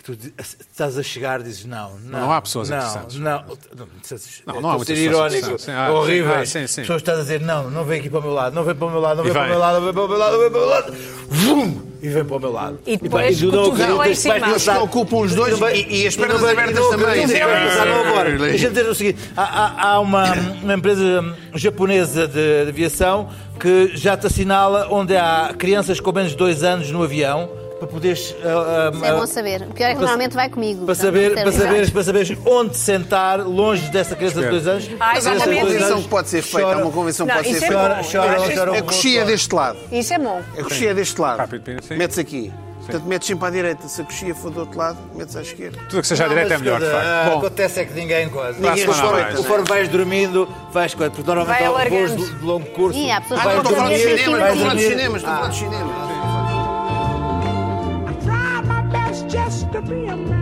[SPEAKER 6] que Tu di- estás a chegar e dizes não, não.
[SPEAKER 1] Não há pessoas
[SPEAKER 6] não,
[SPEAKER 1] interessantes.
[SPEAKER 6] Não, não, interessantes.
[SPEAKER 1] Não, não há
[SPEAKER 6] Estou a
[SPEAKER 1] muitas
[SPEAKER 6] ser
[SPEAKER 1] pessoas
[SPEAKER 6] irónico.
[SPEAKER 1] interessantes. Sim, ah,
[SPEAKER 6] horrível.
[SPEAKER 1] sim, ah, sim, sim.
[SPEAKER 6] As pessoas estás a dizer não, não vem aqui para o meu lado, não vem para o meu lado, não
[SPEAKER 1] E
[SPEAKER 6] vem para o
[SPEAKER 1] vem.
[SPEAKER 6] meu lado, não vem para o meu lado, não vem para o meu lado. Vum! E vem para o meu lado.
[SPEAKER 2] E depois
[SPEAKER 6] tu não
[SPEAKER 2] cotovelo em
[SPEAKER 6] acreditas que vais
[SPEAKER 2] cima.
[SPEAKER 6] pensar-
[SPEAKER 3] Eles ocupam os dois
[SPEAKER 6] não vai-
[SPEAKER 3] e- e as
[SPEAKER 6] não
[SPEAKER 3] pernas
[SPEAKER 6] vai-
[SPEAKER 3] abertas
[SPEAKER 6] não acreditas
[SPEAKER 3] também. é
[SPEAKER 6] que vais pensar, não, agora.
[SPEAKER 3] Sim.
[SPEAKER 6] Deixa-me dizer o seguinte: há, há- há uma, uma empresa japonesa de, de aviação que já te assinala onde há crianças com menos de dois anos no avião para poderes. ah, ah,
[SPEAKER 4] Isso é bom é
[SPEAKER 6] ah,
[SPEAKER 4] saber. O pior é que normalmente vai comigo.
[SPEAKER 6] para
[SPEAKER 4] portanto,
[SPEAKER 6] saber,
[SPEAKER 4] não
[SPEAKER 6] para,
[SPEAKER 4] serve
[SPEAKER 6] saberes, para saberes onde sentar, longe dessa criança de dois anos.
[SPEAKER 2] Ah,
[SPEAKER 3] Há
[SPEAKER 6] Essa criança de
[SPEAKER 3] uma
[SPEAKER 2] exatamente.
[SPEAKER 6] dois
[SPEAKER 3] convenção
[SPEAKER 6] anos
[SPEAKER 3] que pode ser feita. Há
[SPEAKER 6] chora-
[SPEAKER 3] uma convenção que
[SPEAKER 2] Não,
[SPEAKER 3] pode ser
[SPEAKER 2] isso é
[SPEAKER 3] feita.
[SPEAKER 2] bom.
[SPEAKER 6] Chora, um chora, chora.
[SPEAKER 3] A coxia deste lado.
[SPEAKER 2] Isso é bom.
[SPEAKER 3] A coxia deste lado.
[SPEAKER 1] Rápido, Pina, sim.
[SPEAKER 3] Metes aqui. Portanto, metes sempre à direita. Se a coxia for do outro lado, metes à esquerda.
[SPEAKER 1] Tudo o que seja à
[SPEAKER 6] Não,
[SPEAKER 1] direita é
[SPEAKER 6] mas,
[SPEAKER 1] melhor, de
[SPEAKER 6] quer dizer, ah,
[SPEAKER 1] facto. Bom,
[SPEAKER 6] Acontece é que ninguém quase.
[SPEAKER 3] Ninguém
[SPEAKER 1] para a semana
[SPEAKER 3] respeita,
[SPEAKER 1] mais.
[SPEAKER 3] não é?
[SPEAKER 6] Conforme vais dormindo, vais coisa. Porque normalmente
[SPEAKER 2] Vai
[SPEAKER 6] há voos
[SPEAKER 2] alargando.
[SPEAKER 6] de de longo curso.
[SPEAKER 4] Ih, há pessoas
[SPEAKER 6] vais
[SPEAKER 4] que
[SPEAKER 3] Estou a falar de
[SPEAKER 4] dormir,
[SPEAKER 3] cinema, estou a falar de
[SPEAKER 6] dormir.
[SPEAKER 3] cinemas, estou a falar de cinemas.
[SPEAKER 9] try my best just to be a man.